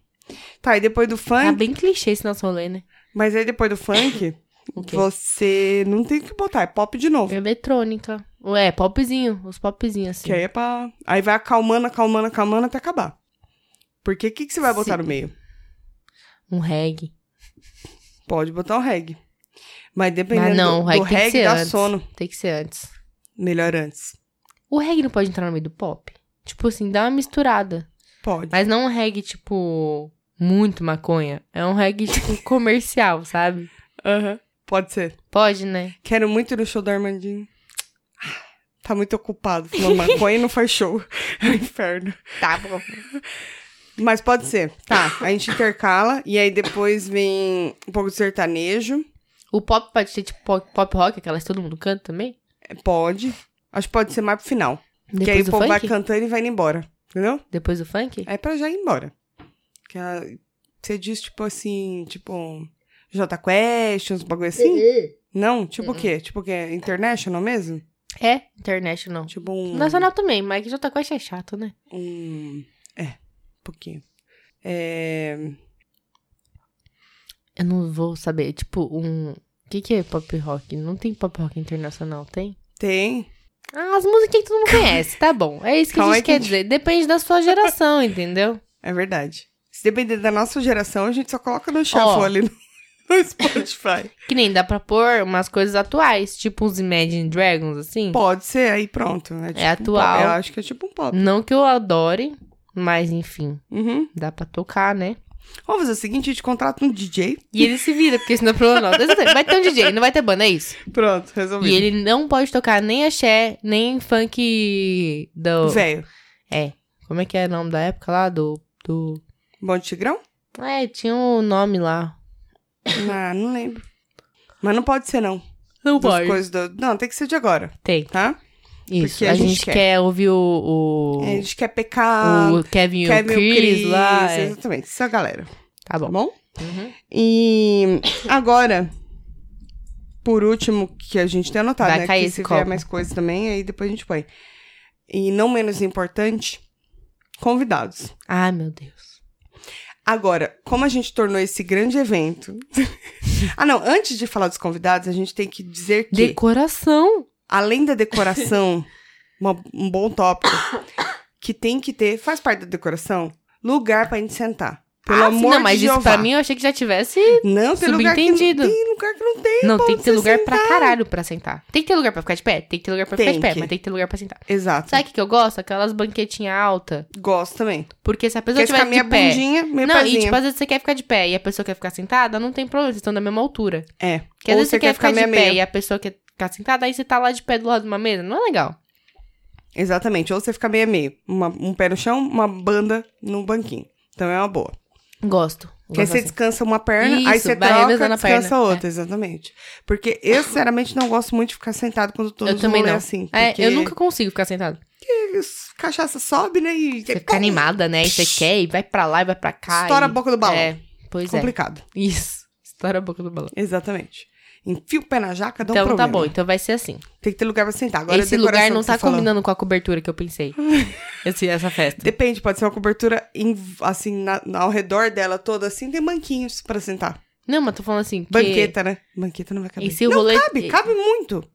B: Tá, e depois do
A: Tá
B: funk...
A: bem clichê esse nosso rolê, né?
B: Mas aí depois do funk...
A: O quê?
B: Você não tem o que botar, é pop de novo.
A: Eletrônica. Ué, popzinho. Os popzinhos, assim.
B: Que aí é pra. Aí vai acalmando, acalmando, acalmando até acabar. Porque o que, que você vai botar
A: Sim.
B: no meio?
A: Um reggae.
B: Pode botar o reggae. Mas dependendo
A: Mas não, o
B: do,
A: reggae
B: do
A: tem que
B: reggae
A: ser
B: dá
A: antes.
B: sono.
A: Tem que ser antes.
B: Melhor antes.
A: O reggae não pode entrar no meio do pop. Tipo assim, dá uma misturada.
B: Pode.
A: Mas não um reggae, tipo, muito maconha. É um reggae, tipo, comercial, sabe?
B: Aham. Pode ser.
A: Pode, né?
B: Quero muito ir no show do Armandinho. Ah, Tá muito ocupado. Fumando maconha e não faz show. É um inferno.
A: Tá bom.
B: Mas pode ser. Tá. A gente intercala e aí depois vem um pouco de sertanejo.
A: O pop pode ser, tipo, pop, pop rock, aquelas que todo mundo canta também?
B: É, Pode. Acho que pode ser mais pro final. que
A: Depois
B: aí o
A: do
B: povo vai
A: funk?
B: cantando e vai indo embora. Entendeu?
A: Depois do funk?
B: É pra já ir embora. Que a- você diz, tipo assim, tipo. J Quest, uns bagulho
A: Uhum.
B: assim? Não? Tipo o quê? Tipo o quê? International mesmo?
A: É, international.
B: Tipo um.
A: Nacional também, mas que J Quest é chato, né?
B: um- É, um pouquinho. É,
A: Eu não vou saber. Tipo, um. O que, que é pop rock? Não tem pop rock internacional, tem?
B: tem.
A: Ah, as musiquinhas que todo mundo conhece, tá bom. É isso que
B: Calma
A: a
B: aí
A: gente
B: que
A: quer
B: a gente-
A: dizer. Depende da sua geração, entendeu?
B: É verdade. Se dentro da nossa geração, a gente só coloca no shuffle
A: Ó.
B: ali no, no Spotify.
A: Que nem dá pra pôr umas coisas atuais, tipo uns Imagine Dragons, assim.
B: Pode ser, aí pronto. É, tipo um
A: atual.
B: pop. Eu acho que é tipo um pop.
A: Não que eu adore, mas enfim,
B: Uhum.
A: dá pra tocar, né?
B: Vamos fazer o seguinte, a gente contrata um DJ.
A: E ele se vira, porque senão é problema nosso. Vai ter um DJ, não vai ter banda, é isso.
B: Pronto,
A: E
B: resolvido.
A: ele não pode tocar nem axé, nem funk do...
B: Velho.
A: Como é que é o nome da época lá? Do... do...
B: Bom de Tigrão?
A: É, tinha um nome lá.
B: Ah, não lembro. Mas não pode ser, não.
A: Não
B: Das coisas do... Não, tem que ser de agora,
A: Tem.
B: tá?
A: Isso,
B: Porque
A: a, gente, quer. ouvir o... o...
B: É, a gente quer pecar.
A: o Kevin, e o
B: Kevin
A: Chris, lá. é.
B: Exatamente, essa galera.
A: Tá
B: Tá
A: bom.
B: bom? E agora, por último, que a gente tem anotado,
A: Vai
B: né?
A: cair
B: que
A: esse
B: se vier
A: copo.
B: mais coisas também, aí depois a gente põe. E não menos importante, convidados.
A: Ai, meu Deus.
B: Agora, como a gente tornou esse grande evento. ah, não, antes de falar dos convidados, a gente tem que dizer que,
A: Decoração.
B: além da decoração, uma- um bom tópico, que tem que ter, faz parte da decoração, lugar pra gente sentar. Pelo
A: Ah, sim,
B: amor
A: não, mas
B: de
A: isso
B: Jeová.
A: pra mim eu achei que já tivesse.
B: Não, tem lugar que
A: Subentendido.
B: tem lugar que não tem.
A: não,
B: pra
A: tem que ter
B: você
A: lugar pra caralho pra sentar. Tem que ter lugar pra ficar de pé? Tem que ter lugar pra
B: Tem
A: ficar de pé,
B: que.
A: mas tem que ter lugar pra sentar.
B: Exato.
A: Sabe o que, que eu gosto? Aquelas banquetinhas altas.
B: Gosto também.
A: Porque se a pessoa
B: Quer ficar
A: tiver
B: minha
A: de pé.
B: bundinha, minha
A: não, e
B: pezinho.
A: tipo, às vezes você quer ficar de pé e a pessoa quer ficar sentada, não tem problema, vocês estão da mesma altura.
B: É.
A: Porque às
B: Ou
A: vezes você quer ficar, de pé
B: meia-meia.
A: e a pessoa quer ficar sentada, aí você tá lá de pé do lado de uma mesa, não é legal.
B: Exatamente. Ou você fica meia meia. Uma- um pé no chão, uma banda no banquinho. Então é uma boa.
A: Gosto.
B: Porque aí
A: Gosto
B: você
A: assim.
B: descansa uma perna, aí
A: Isso,
B: você
A: vai
B: troca,
A: revezando a
B: descansa
A: perna.
B: a outra. Exatamente. Porque eu, sinceramente, não gosto muito de ficar sentado quando tô
A: Eu
B: no
A: também
B: rolê
A: não.
B: assim.
A: É,
B: porque
A: eu nunca consigo ficar sentada.
B: os Cachaça sobe, né? E
A: Você fica animada, né? E você quer, e vai pra lá, e vai pra cá.
B: estoura a
A: e...
B: boca do balão.
A: É, pois
B: Complicado.
A: é. Isso. Estoura a boca do balão.
B: Exatamente. Enfia o pé na jaca, dá um
A: então tá
B: problema.
A: bom, então vai ser assim.
B: Tem que ter lugar pra sentar. Agora, a
A: Esse
B: decoração
A: lugar não
B: que
A: tá
B: você falou.
A: combinando com a cobertura que eu pensei. Esse, essa festa.
B: Depende, pode ser uma cobertura em- assim, na- na- ao redor dela toda, assim, tem banquinhos pra sentar.
A: Não, mas tô falando assim. Que...
B: Banqueta, né? Banqueta não vai caber.
A: E se o
B: não,
A: rolê- é
B: cabe, cabe muito.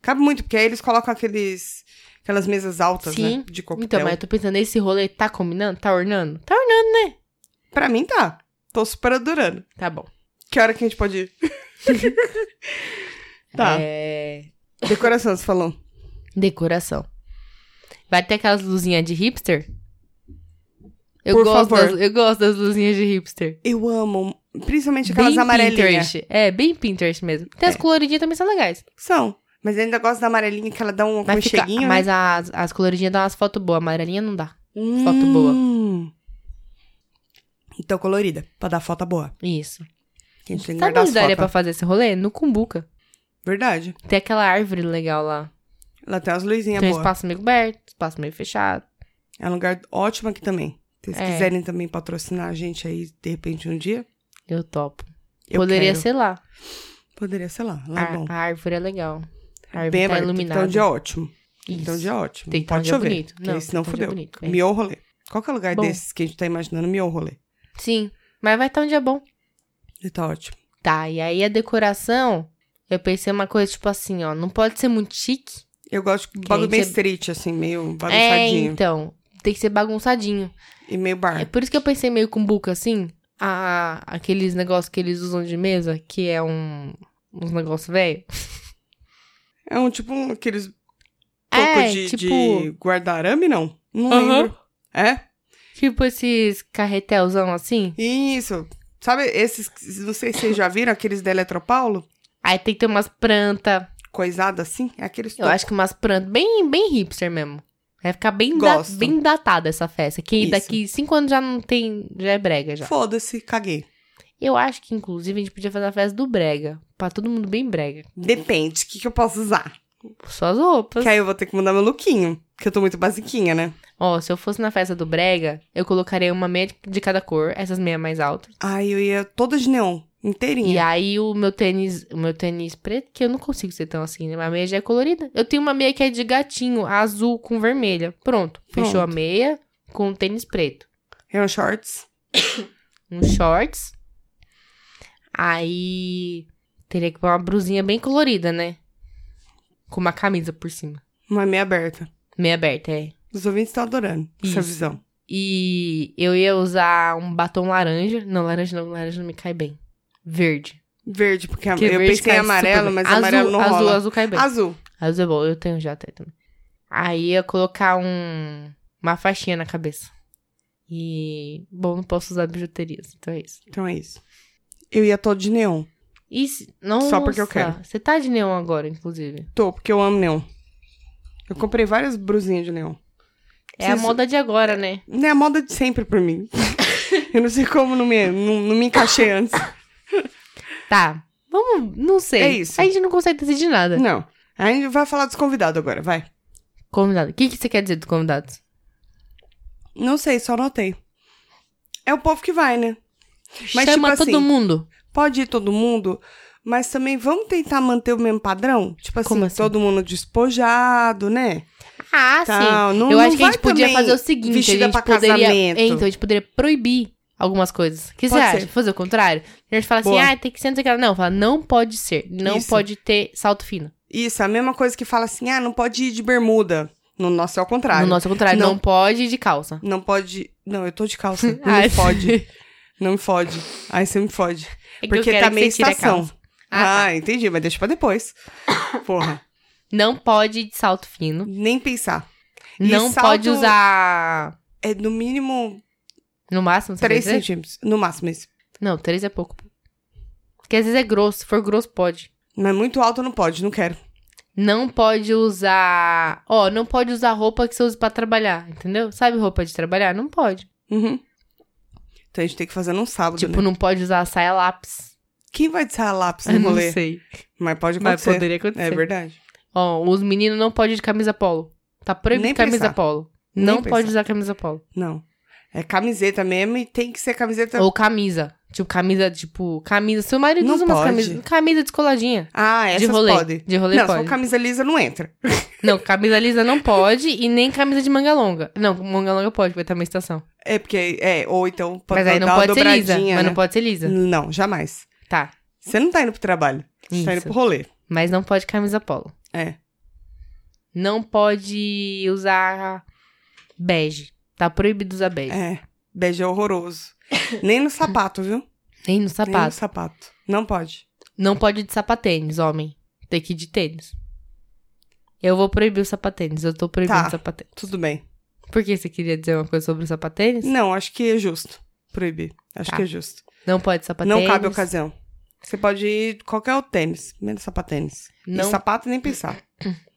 B: Cabe muito, porque aí eles colocam aqueles, aquelas mesas altas,
A: Sim.
B: né? De coquetel.
A: Então, mas eu tô pensando, esse rolê tá combinando? Tá ornando? Tá ornando.
B: Pra mim tá. Tô super adorando.
A: Tá bom.
B: Que hora que a gente pode ir? tá.
A: É...
B: Decoração, você falou.
A: Decoração. Vai ter aquelas luzinhas de hipster? Eu
B: Por
A: gosto
B: favor.
A: Das, eu gosto das luzinhas de hipster.
B: Eu amo, principalmente aquelas amarelinhas. É.
A: Pinterest. É, bem Pinterest mesmo. Tem as coloridinhas também são legais.
B: São. Mas eu ainda gosto da amarelinha que ela dá um
A: Mas, fica,
B: aconcheguinho.
A: mas as, as coloridinhas dão umas fotos boas, a amarelinha não dá.
B: né?
A: foto boa.
B: Hum. Então, colorida, pra dar foto boa.
A: Isso.
B: Que a gente tem que
A: Sabe
B: guardar as
A: onde daria pra
B: fotos.
A: fazer esse rolê? No Cumbuca.
B: Verdade.
A: Tem aquela árvore legal lá.
B: Lá tem umas luzinhas
A: Tem um
B: boas.
A: espaço meio aberto, espaço meio fechado.
B: É um lugar ótimo aqui também. Se vocês
A: É.
B: quiserem também patrocinar a gente aí, de repente, um dia.
A: Eu topo.
B: Eu
A: Poderia
B: quero.
A: ser lá.
B: Poderia ser lá. Lá é
A: A,
B: bom.
A: a árvore é legal. A árvore
B: Bem
A: tá
B: aberto. Tem que
A: iluminada.
B: tá um dia ótimo.
A: Isso.
B: Então, um dia ótimo.
A: Tem que tá um
B: Pode
A: dia
B: chover.
A: bonito.
B: porque
A: Não,
B: aí,
A: tem
B: senão
A: que tá um dia
B: fudeu.
A: bonito, é.
B: Miou o rolê. Qual que é o lugar
A: Bom.
B: desses que a gente tá imaginando? Miou o rolê.
A: Sim. Mas vai estar um dia bom.
B: E tá ótimo.
A: Tá, e aí a decoração, eu pensei uma coisa tipo assim, ó, não pode ser muito chique.
B: Eu gosto de bagulho
A: gente
B: bem
A: é-
B: street, assim, meio
A: É,
B: bagunçadinho.
A: então, tem que ser bagunçadinho.
B: E meio bar.
A: É por isso que eu pensei meio com buca assim, a, aqueles negócios que eles usam de mesa, que é um uns negócios velho.
B: É um tipo um, aqueles toco
A: É,
B: de,
A: tipo,
B: de guardarame, não? Não
A: Aham.
B: lembro. É?
A: tipo esses carretelzão assim.
B: Isso. Sabe esses, não sei se vocês já viram, aqueles da Eletropaulo?
A: Aí tem que ter umas plantas,
B: Coisado assim? É aqueles
A: eu acho que umas plantas bem bem hipster mesmo. Vai ficar bem, da-
B: Gosto.
A: bem datada essa festa. Que
B: Isso.
A: daqui cinco anos já não tem. Já é brega já.
B: Foda-se, caguei.
A: Eu acho que, inclusive, a gente podia fazer a festa do brega. Pra todo mundo bem brega.
B: Depende, o que, que eu posso usar?
A: Só as roupas.
B: Que aí eu vou ter que mudar meu lookinho, que eu tô muito basiquinha, né?
A: Ó, se eu fosse na festa do brega, eu colocaria uma meia de cada cor, essas meias mais altas.
B: Ai, eu ia toda de neon, inteirinha.
A: E aí o meu tênis, o meu tênis preto, que eu não consigo ser tão assim, né? Mas A meia já é colorida. Eu tenho uma meia que é de gatinho, azul com vermelha. Pronto. Fechou a
B: Pronto.
A: meia com o tênis preto.
B: É um shorts.
A: Uns shorts. Aí teria que pôr uma blusinha bem colorida, né? Com uma camisa por cima.
B: Uma meia aberta.
A: Meia aberta, é.
B: Os ouvintes estão adorando essa
A: Isso.
B: visão.
A: E eu ia usar um batom laranja. Não, laranja não, laranja não me cai bem. Verde.
B: Verde, porque a-
A: Porque
B: eu
A: verde
B: pensei
A: cai
B: em amarelo,
A: super bem.
B: mas
A: azul,
B: amarelo não
A: azul,
B: rola.
A: Azul cai bem. Azul.
B: Azul.
A: é bom, eu tenho já até também. Aí ia colocar um, uma faixinha na cabeça. E, bom, não posso usar bijuterias, então é isso.
B: Então é isso. Eu ia todo de neon.
A: E se, não
B: Só porque eu quero.
A: Você tá de neon agora, inclusive.
B: Tô, porque eu amo neon. Eu comprei várias brusinhas de neon.
A: É
B: Preciso-
A: a moda de agora, né?
B: Não é a moda de sempre pra mim. eu não sei como não me, não, não me encaixei antes.
A: Tá. Vamos, não sei.
B: É isso.
A: A gente não consegue decidir nada.
B: Não. A gente vai falar dos convidados agora, vai.
A: Convidado. O que, que você quer dizer dos convidados?
B: Não sei, só anotei. É o povo que vai, né? Mas,
A: Chama
B: tipo
A: todo
B: assim,
A: mundo.
B: Pode ir todo mundo, mas também vamos tentar manter o mesmo padrão? Tipo assim,
A: Como assim?
B: todo mundo despojado, né?
A: Ah, sim.
B: Tal. Não,
A: eu
B: Então não
A: acho que a
B: vai
A: gente podia
B: também
A: fazer o seguinte,
B: vestida
A: a gente
B: pra
A: poderia,
B: casamento.
A: É, então a gente poderia proibir algumas coisas. O que você
B: Pode
A: acha?
B: ser.
A: Fazer o contrário? A gente fala assim,
B: Boa.
A: ah, tem que ser não sei o que lá. Não, fala, não pode ser, não
B: Isso.
A: pode ter salto fino.
B: Isso, a mesma coisa que fala assim, ah, não pode ir de bermuda. No nosso é o contrário.
A: No nosso é o contrário,
B: Não.
A: não, pode ir de calça. É
B: Não pode... Não, eu tô de calça. Não
A: Ai.
B: me fode. Não me fode. Aí você me fode.
A: Ah, É que eu
B: Porque
A: quero
B: tá
A: que
B: meio
A: você tire a
B: estação.
A: calça. Ah,
B: Ah,
A: tá.
B: entendi, mas deixa pra depois. Porra,
A: Não pode ir de salto fino,
B: nem pensar. E
A: não
B: salto-
A: pode usar
B: É no mínimo
A: no máximo, você
B: 3
A: quer dizer?
B: centímetros, no máximo isso.
A: Não, três é pouco. Porque às vezes é grosso, se for grosso pode.
B: Mas muito alto não pode, não quero.
A: Não pode usar, ó, não pode usar roupa que você use pra trabalhar, entendeu? Sabe roupa de trabalhar? Não pode.
B: Uhum. Então a gente tem que fazer num sábado,
A: Tipo,
B: né?
A: não pode usar a saia lápis.
B: Quem vai de lápis
A: Eu
B: no
A: não
B: rolê?
A: sei.
B: Mas pode
A: Mas
B: acontecer.
A: poderia acontecer.
B: é verdade.
A: Ó, os meninos não podem ir de camisa polo. Tá proibido
B: Nem
A: camisa
B: pensar.
A: polo.
B: Nem
A: Não pode
B: pensar.
A: usar camisa polo.
B: Não. É camiseta mesmo e tem que ser camiseta...
A: Ou camisa. Tipo, camisa, tipo, camisa. Seu marido
B: Tá. Não
A: usa umas
B: pode.
A: camisas. Camisa descoladinha.
B: Ah, essas
A: de rolê.
B: pode.
A: De rolê
B: Não, se
A: pode.
B: for camisa lisa não entra.
A: Não, camisa lisa não pode e nem camisa de manga longa. Não, manga longa pode, vai estar uma estação.
B: É porque, é, ou então pode
A: mas aí não
B: dar
A: pode
B: uma
A: ser lisa.
B: dobradinha,
A: Mas
B: né?
A: não pode ser lisa.
B: Não, jamais.
A: Tá.
B: Você não tá indo pro trabalho. Você tá indo
A: Isso.
B: pro rolê.
A: Mas não pode camisa polo.
B: É.
A: Não pode usar bege. Tá proibido usar bege.
B: É. Beijo é horroroso. Nem no sapato, viu?
A: Nem no
B: Nem no
A: sapato.
B: sapato. Não pode.
A: Não pode ir de sapatênis, homem. Tem que ir de tênis. Eu vou proibir o sapatênis. Eu tô proibindo
B: Tá.
A: o sapatênis.
B: Tudo bem.
A: Por que você queria dizer uma coisa sobre o sapatênis?
B: Não, acho que é justo. Proibir. Acho
A: Tá. é
B: que é justo.
A: Não pode sapatênis.
B: Não cabe ocasião. Você pode ir qualquer outro tênis, menos sapatênis.
A: Não,
B: E sapato nem pensar.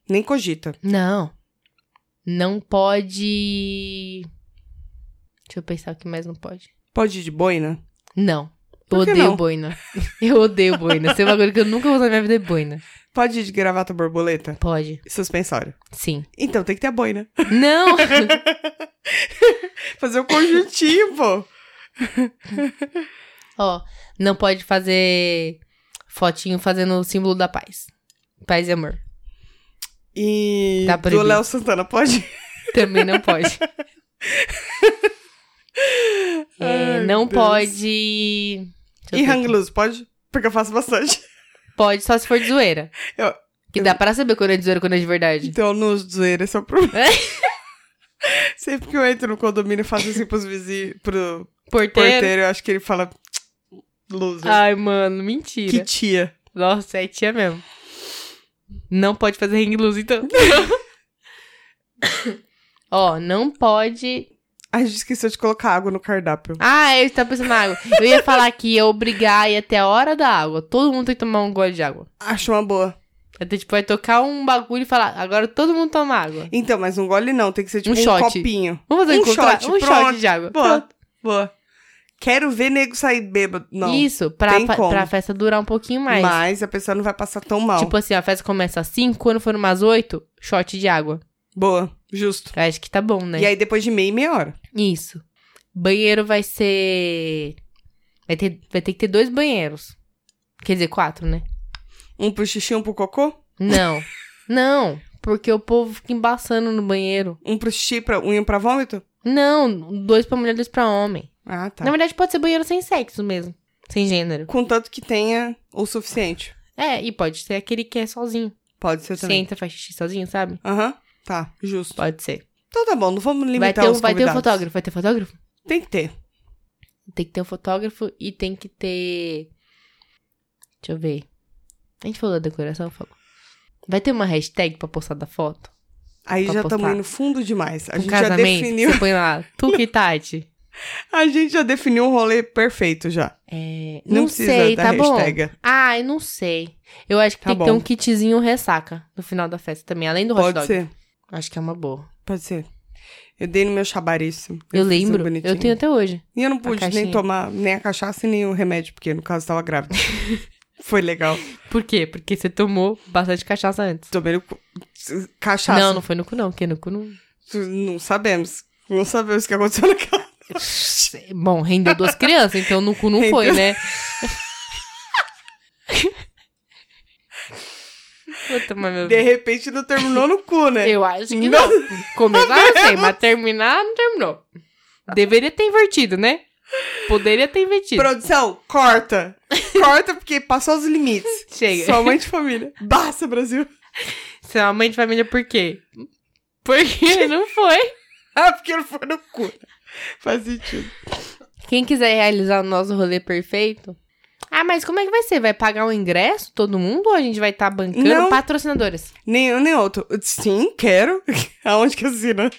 B: nem cogita.
A: não. Não pode... Deixa eu pensar o que mais não pode.
B: Pode ir de boina?
A: Não. Eu
B: Por que
A: odeio
B: não?
A: boina. Eu odeio boina. Esse é um bagulho que eu nunca vou usar na minha vida é boina.
B: Pode ir de gravata borboleta?
A: Pode.
B: E Suspensório.
A: Sim.
B: Então tem que ter a boina.
A: Não!
B: Fazer o conjuntinho, pô.
A: Ó, não pode fazer fotinho fazendo o símbolo da paz. Paz e amor.
B: E
A: Tá
B: do
A: proibido.
B: Léo Santana, pode?
A: Também não pode. É,
B: Ai,
A: não
B: meu Deus.
A: É, pode. Deixa eu
B: E
A: ver
B: hang
A: aqui.
B: loose, pode? Porque eu faço bastante.
A: Pode, só se for de zoeira.
B: Eu-
A: que dá pra saber quando é de zoeira e quando é de verdade.
B: Então, nos zoeira, esse é o problema. Sempre que eu entro no condomínio e faço assim pros vizinhos, pro
A: Porteiro.
B: Então, porteiro, eu acho que ele fala. Loser.
A: Ai, mano,
B: que
A: mentira.
B: tia.
A: Nossa, é tia mesmo. Não pode fazer ring luz, então. Ó, não pode.
B: A gente esqueceu de colocar água no cardápio.
A: Ah, eu estava pensando na água. Eu ia falar que ia obrigar e até a hora da água. Todo mundo tem que tomar um gole de água.
B: Acho uma boa.
A: Até tipo, vai tocar um bagulho e falar, agora todo mundo toma água.
B: Então, mas um gole não, tem que ser tipo
A: Um
B: um,
A: shot.
B: copinho.
A: Vamos fazer
B: Um
A: um, contra-
B: shot,
A: um
B: pronto.
A: shot de água.
B: Boa,
A: Pronto.
B: boa. Quero ver nego sair bêbado. Não.
A: Isso, pra,
B: tem
A: fa-
B: como.
A: pra festa durar um pouquinho mais.
B: Mas a pessoa não vai passar tão mal.
A: Tipo assim, a festa começa às 5, quando for umas 8, shot de água.
B: Boa, justo.
A: Eu acho que tá bom, né?
B: E aí depois de meia e meia hora.
A: Isso. Banheiro vai ser. Vai ter, vai ter que ter dois banheiros. Quer dizer, quatro, né?
B: Um pro xixi, um pro cocô.
A: Não. Não, porque o povo fica embaçando no banheiro.
B: Um pro xixi, pra, um pra vômito.
A: Não, dois pra mulher, dois pra homem.
B: Ah, tá.
A: Na verdade, pode ser banheiro sem sexo mesmo. Sem gênero.
B: Contanto que tenha o suficiente.
A: É, e pode ser aquele que é sozinho.
B: Pode ser
A: Você
B: também.
A: entra, faz xixi sozinho, sabe?
B: Aham. Tá, justo.
A: Pode ser.
B: Então tá bom, não vamos
A: Vai
B: limitar
A: ter, um-
B: os
A: vai ter um
B: convidados.
A: fotógrafo, vai ter fotógrafo?
B: Tem que ter.
A: Tem que ter um fotógrafo e tem que ter. Deixa eu ver. A gente falou da decoração, Fogo? Vai ter uma hashtag pra postar da foto?
B: Aí
A: Pra
B: já
A: postar.
B: estamos indo fundo demais. A
A: Um
B: gente já
A: casamento?
B: definiu.
A: Você põe lá, tu que Tati?
B: A gente já definiu um rolê perfeito já.
A: É,
B: Não,
A: não
B: precisa
A: sei,
B: da
A: tá bom?
B: hashtag.
A: Ah, eu não sei. Eu acho que
B: Tá
A: tem que ter
B: bom.
A: um kitzinho ressaca no final da festa também, além do hot
B: Pode
A: dog.
B: ser,
A: Acho que é uma boa.
B: pode ser. Eu dei no meu chabaríssimo.
A: Eu,
B: fiz um
A: lembro,
B: bonitinho.
A: eu tenho até hoje.
B: E eu não pude nem
A: caixinha.
B: tomar nem a cachaça e nem o remédio, porque no caso eu tava grávida. Foi legal.
A: Por quê? Porque você tomou bastante cachaça antes.
B: Tomei no... cu- cachaça.
A: Não, não foi no cu não, porque no cu não...
B: Não sabemos. Não sabemos o que aconteceu na casa.
A: Bom, rendeu duas crianças, então no cu não
B: Rendeu.
A: foi, né? Vou tomar meu...
B: De repente não terminou no cu, né?
A: Eu acho que não. Começar eu sei, mas terminar não terminou. Deveria ter invertido, né? Poderia ter invertido.
B: Produção, corta. Corta porque passou os limites.
A: Chega.
B: Sou mãe de família. Basta, Brasil.
A: Você é uma mãe de família por quê? Porque não foi.
B: Ah, porque não foi no cu. Faz sentido.
A: Quem quiser realizar o nosso rolê perfeito... Ah, mas como é que vai ser? Vai pagar o ingresso todo mundo ou a gente vai estar bancando
B: Não.
A: patrocinadores?
B: Nenhum nem outro. Sim, quero. Aonde que assina?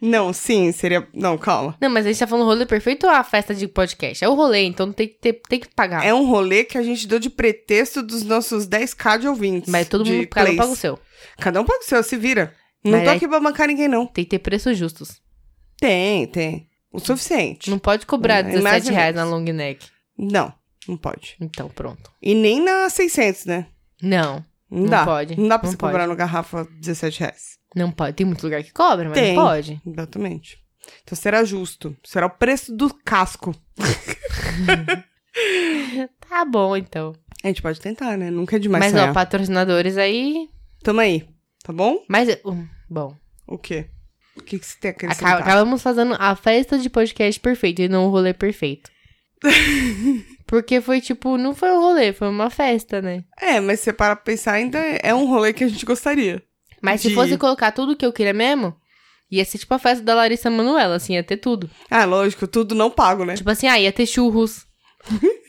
B: não, sim, seria. Não, calma.
A: Não, mas a gente tá falando rolê perfeito ou a festa de podcast? É o rolê, então tem que, ter, tem que pagar.
B: É um rolê que a gente deu de pretexto dos nossos 10k de ouvintes.
A: Mas todo
B: de
A: mundo cada um
B: plays.
A: paga o seu.
B: Cada um paga o seu, se vira. Não
A: Mas é
B: tô
A: aí-
B: aqui pra bancar ninguém, não.
A: Tem que ter preços justos.
B: Tem, tem. O suficiente.
A: Não pode cobrar
B: É,
A: 17
B: mais ou
A: reais na
B: menos.
A: long neck.
B: Não, não pode.
A: Então, pronto.
B: E nem na 600, né?
A: Não,
B: Não,
A: Não
B: dá.
A: pode,
B: Não dá pra
A: não
B: você
A: pode.
B: cobrar no garrafa 17 reais.
A: não pode. Tem muito lugar que cobra, mas
B: Tem.
A: não pode.
B: Exatamente. Então será justo. Será o preço do casco.
A: Tá bom, então.
B: A gente pode tentar, né? Nunca é demais
A: Mas, ó,
B: sonhar.
A: patrocinadores aí.
B: Tamo aí, tá bom?
A: Mas, hum, bom.
B: O quê? O que, que você tem a
A: Aca-
B: acrescentar?
A: acabamos fazendo a festa de podcast perfeito e não o rolê perfeito. Porque foi tipo, não foi um rolê, foi uma festa, né?
B: É, mas se você para pra pensar, ainda é um rolê que a gente gostaria.
A: Mas se
B: De-
A: fosse colocar tudo que eu queria mesmo, ia ser tipo a festa da Larissa Manoela, assim, ia ter tudo.
B: Ah, lógico, tudo não pago, né?
A: Tipo assim, ah, ia ter churros,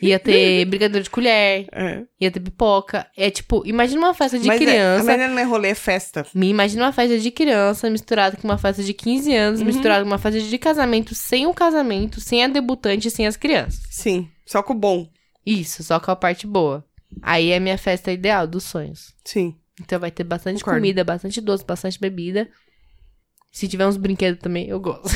A: ia ter brigadeiro de colher,
B: É.
A: ia ter pipoca. É tipo, imagina uma festa de
B: mas
A: criança.
B: É, mas não é rolê, é festa.
A: Me imagina uma festa de criança misturada com uma festa de 15
B: Uhum.
A: anos, misturada com uma festa de casamento sem o casamento, sem a debutante, e sem as crianças.
B: Sim, só com o bom.
A: Isso, só com a parte boa. Aí é a minha festa ideal dos sonhos.
B: Sim.
A: Então vai ter bastante
B: Concordo.
A: comida, bastante doce, bastante bebida. Se tiver uns brinquedos também, eu gosto.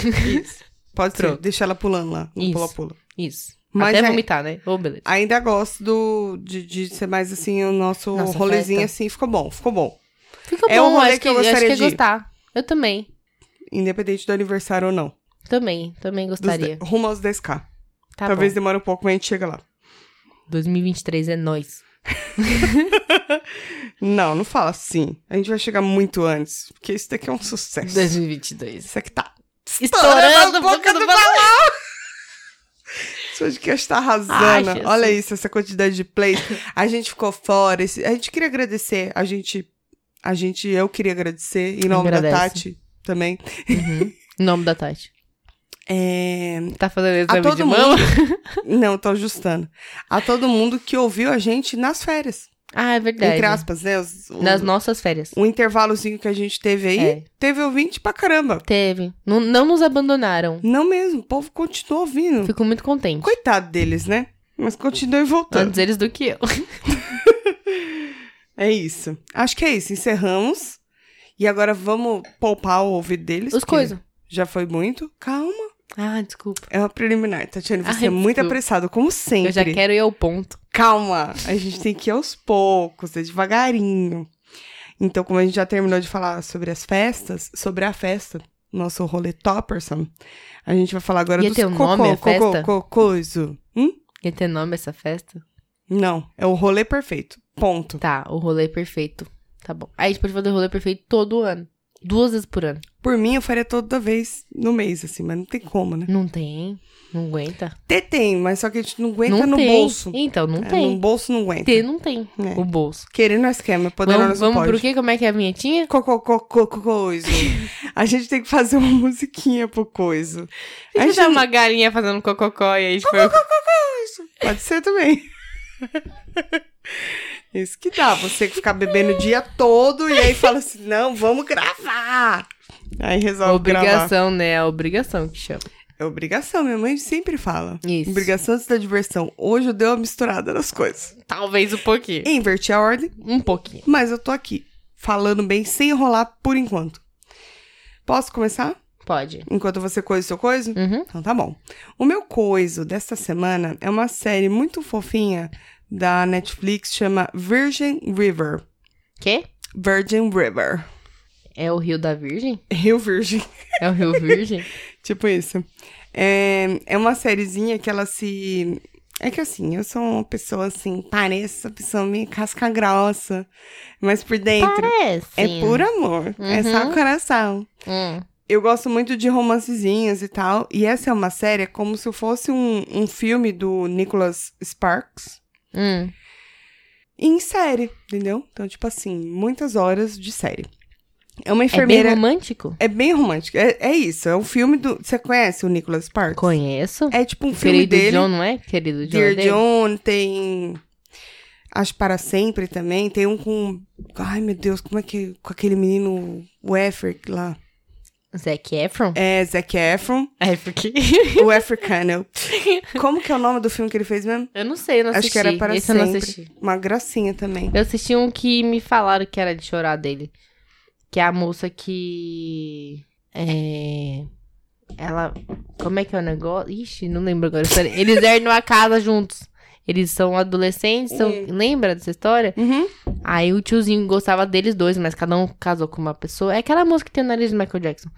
B: Pode ser,
A: Pronto.
B: deixa ela pulando lá, no
A: Isso.
B: pula-pula.
A: Isso.
B: Mas
A: Até
B: é-
A: vomitar, né? Ô, beleza.
B: Ainda gosto do, de, de ser mais assim, o nosso
A: Nossa,
B: rolezinho
A: festa.
B: assim, ficou bom, ficou bom.
A: Fica
B: É
A: bom,
B: um rolê
A: acho
B: que
A: que,
B: eu
A: acho
B: gostaria
A: que ia
B: de ir.
A: gostar. Eu também.
B: Independente do aniversário ou não.
A: Também, também
B: Dos
A: gostaria.
B: de- rumo aos 10k.
A: Tá
B: Talvez
A: bom.
B: demore um pouco, mas a gente chega lá.
A: 2023 é nós.
B: Não, não fala assim. A gente vai chegar muito antes, porque isso daqui é um sucesso.
A: 2022.
B: Isso aqui tá
A: Estourando a boca do
B: balão. Esse podcast tá arrasando.
A: Ai, Jesus.
B: Olha isso, essa quantidade de plays. A gente ficou fora. esse- A gente queria agradecer. A gente. A gente, eu queria agradecer, em nome
A: Agradece.
B: da Tati também.
A: Uhum. Em nome da Tati.
B: É,
A: Tá fazendo
B: a
A: exame de
B: todo
A: mama?
B: mundo. Não, tô ajustando. A todo mundo que ouviu a gente nas férias.
A: Ah, é verdade.
B: Entre aspas, né? Os- o,
A: Nas nossas férias.
B: o intervalozinho que a gente teve aí,
A: É.
B: teve ouvinte pra caramba.
A: Teve. Não, não nos abandonaram.
B: Não mesmo, o povo continuou ouvindo.
A: Fico muito contente.
B: Coitado deles, né? Mas continuem voltando.
A: Antes eles do que eu.
B: É isso. Acho que é isso. Encerramos. E agora vamos poupar o ouvido deles.
A: Os
B: porque
A: coisas.
B: Já foi muito. Calma.
A: Ah, desculpa.
B: É uma preliminar. Tatiana, você
A: Ai,
B: é muito
A: desculpa.
B: apressada, como sempre.
A: Eu já quero ir ao ponto.
B: Calma, a gente tem que ir aos poucos, é devagarinho. Então, como a gente já terminou de falar sobre as festas, sobre a festa, nosso rolê Topperson, a gente vai falar agora
A: Ia
B: dos
A: ter um nome a festa?
B: coiso. Hum?
A: Ia ter nome essa festa?
B: Não, é o rolê perfeito. Ponto.
A: Tá, o rolê perfeito. Tá bom. Aí a gente pode fazer o rolê perfeito todo ano. Duas vezes por ano.
B: Por mim, eu faria toda vez no mês, assim, mas não tem como, né?
A: Não tem. Não aguenta.
B: Ter tem, mas só que a gente não aguenta
A: não
B: no
A: tem.
B: bolso.
A: Então, não
B: É,
A: tem.
B: No bolso não aguenta.
A: Ter não tem.
B: É.
A: O bolso.
B: Querendo nós quer, mas poder
A: Vamos,
B: nós não
A: vamos
B: pode.
A: pro quê? Como é que é a vinhetinha?
B: Co- co- co- co- co- coiso. A gente tem que fazer uma musiquinha pro coiso. A gente
A: tá uma galinha fazendo cococó e aí a gente foi...
B: Pode ser também. Isso que dá, você que ficar bebendo o dia todo e aí fala assim: não, vamos gravar. Aí resolve gravar.
A: Obrigação, né? A obrigação que chama.
B: É obrigação, minha mãe sempre fala.
A: Isso.
B: Obrigação antes da diversão. Hoje eu dei uma misturada nas coisas.
A: Talvez um pouquinho.
B: Inverti a ordem,
A: Um pouquinho.
B: mas eu tô aqui, falando bem, sem enrolar por enquanto. Posso começar?
A: Pode.
B: Enquanto você coisa o seu coisa?
A: Uhum.
B: Então tá bom. O meu coiso desta semana é uma série muito fofinha da Netflix, chama Virgin River.
A: Quê?
B: Virgin River.
A: É o Rio da Virgem?
B: Rio Virgem.
A: É o Rio Virgem?
B: tipo isso. É, é uma sériezinha que ela se. É que assim, eu sou uma pessoa assim, pareço uma pessoa meio casca grossa. Mas por dentro
A: Parece.
B: é puro amor. É só
A: Uhum.
B: coração.
A: Hum.
B: Eu gosto muito de romancezinhos e tal. E essa é uma série como se fosse um, um filme do Nicholas Sparks.
A: Hum.
B: em série, entendeu? Então, tipo assim, muitas horas de série. É uma
A: É bem
B: enfermeira.
A: romântico?
B: É bem, romântico. É, é isso. É um filme do. Você conhece o Nicholas Sparks?
A: Conheço.
B: É tipo um filme
A: Querido
B: dele.
A: John, não é? Querido John.
B: Dear
A: é dele?
B: John tem. Acho para sempre também. Tem um com. Ai, meu Deus, como é que. Com aquele menino. O Efric lá.
A: Zac Efron?
B: É, Zac Efron.
A: É porque...
B: o Africano. Como que é o nome do filme que ele fez mesmo?
A: eu não sei, eu não
B: Acho
A: assisti.
B: que era para
A: Esse eu não
B: sempre.
A: assisti.
B: Uma gracinha também.
A: Eu assisti um que me falaram que era de chorar dele. Que é a moça que. É. Ela. Como é que é o negócio? Ixi, não lembro agora. a história. Eles herdam a casa juntos. Eles são adolescentes, são...
B: Hum.
A: lembra dessa história?
B: Uhum.
A: Aí o tiozinho gostava deles dois, mas cada um casou com uma pessoa. É aquela moça que tem o nariz do Michael Jackson.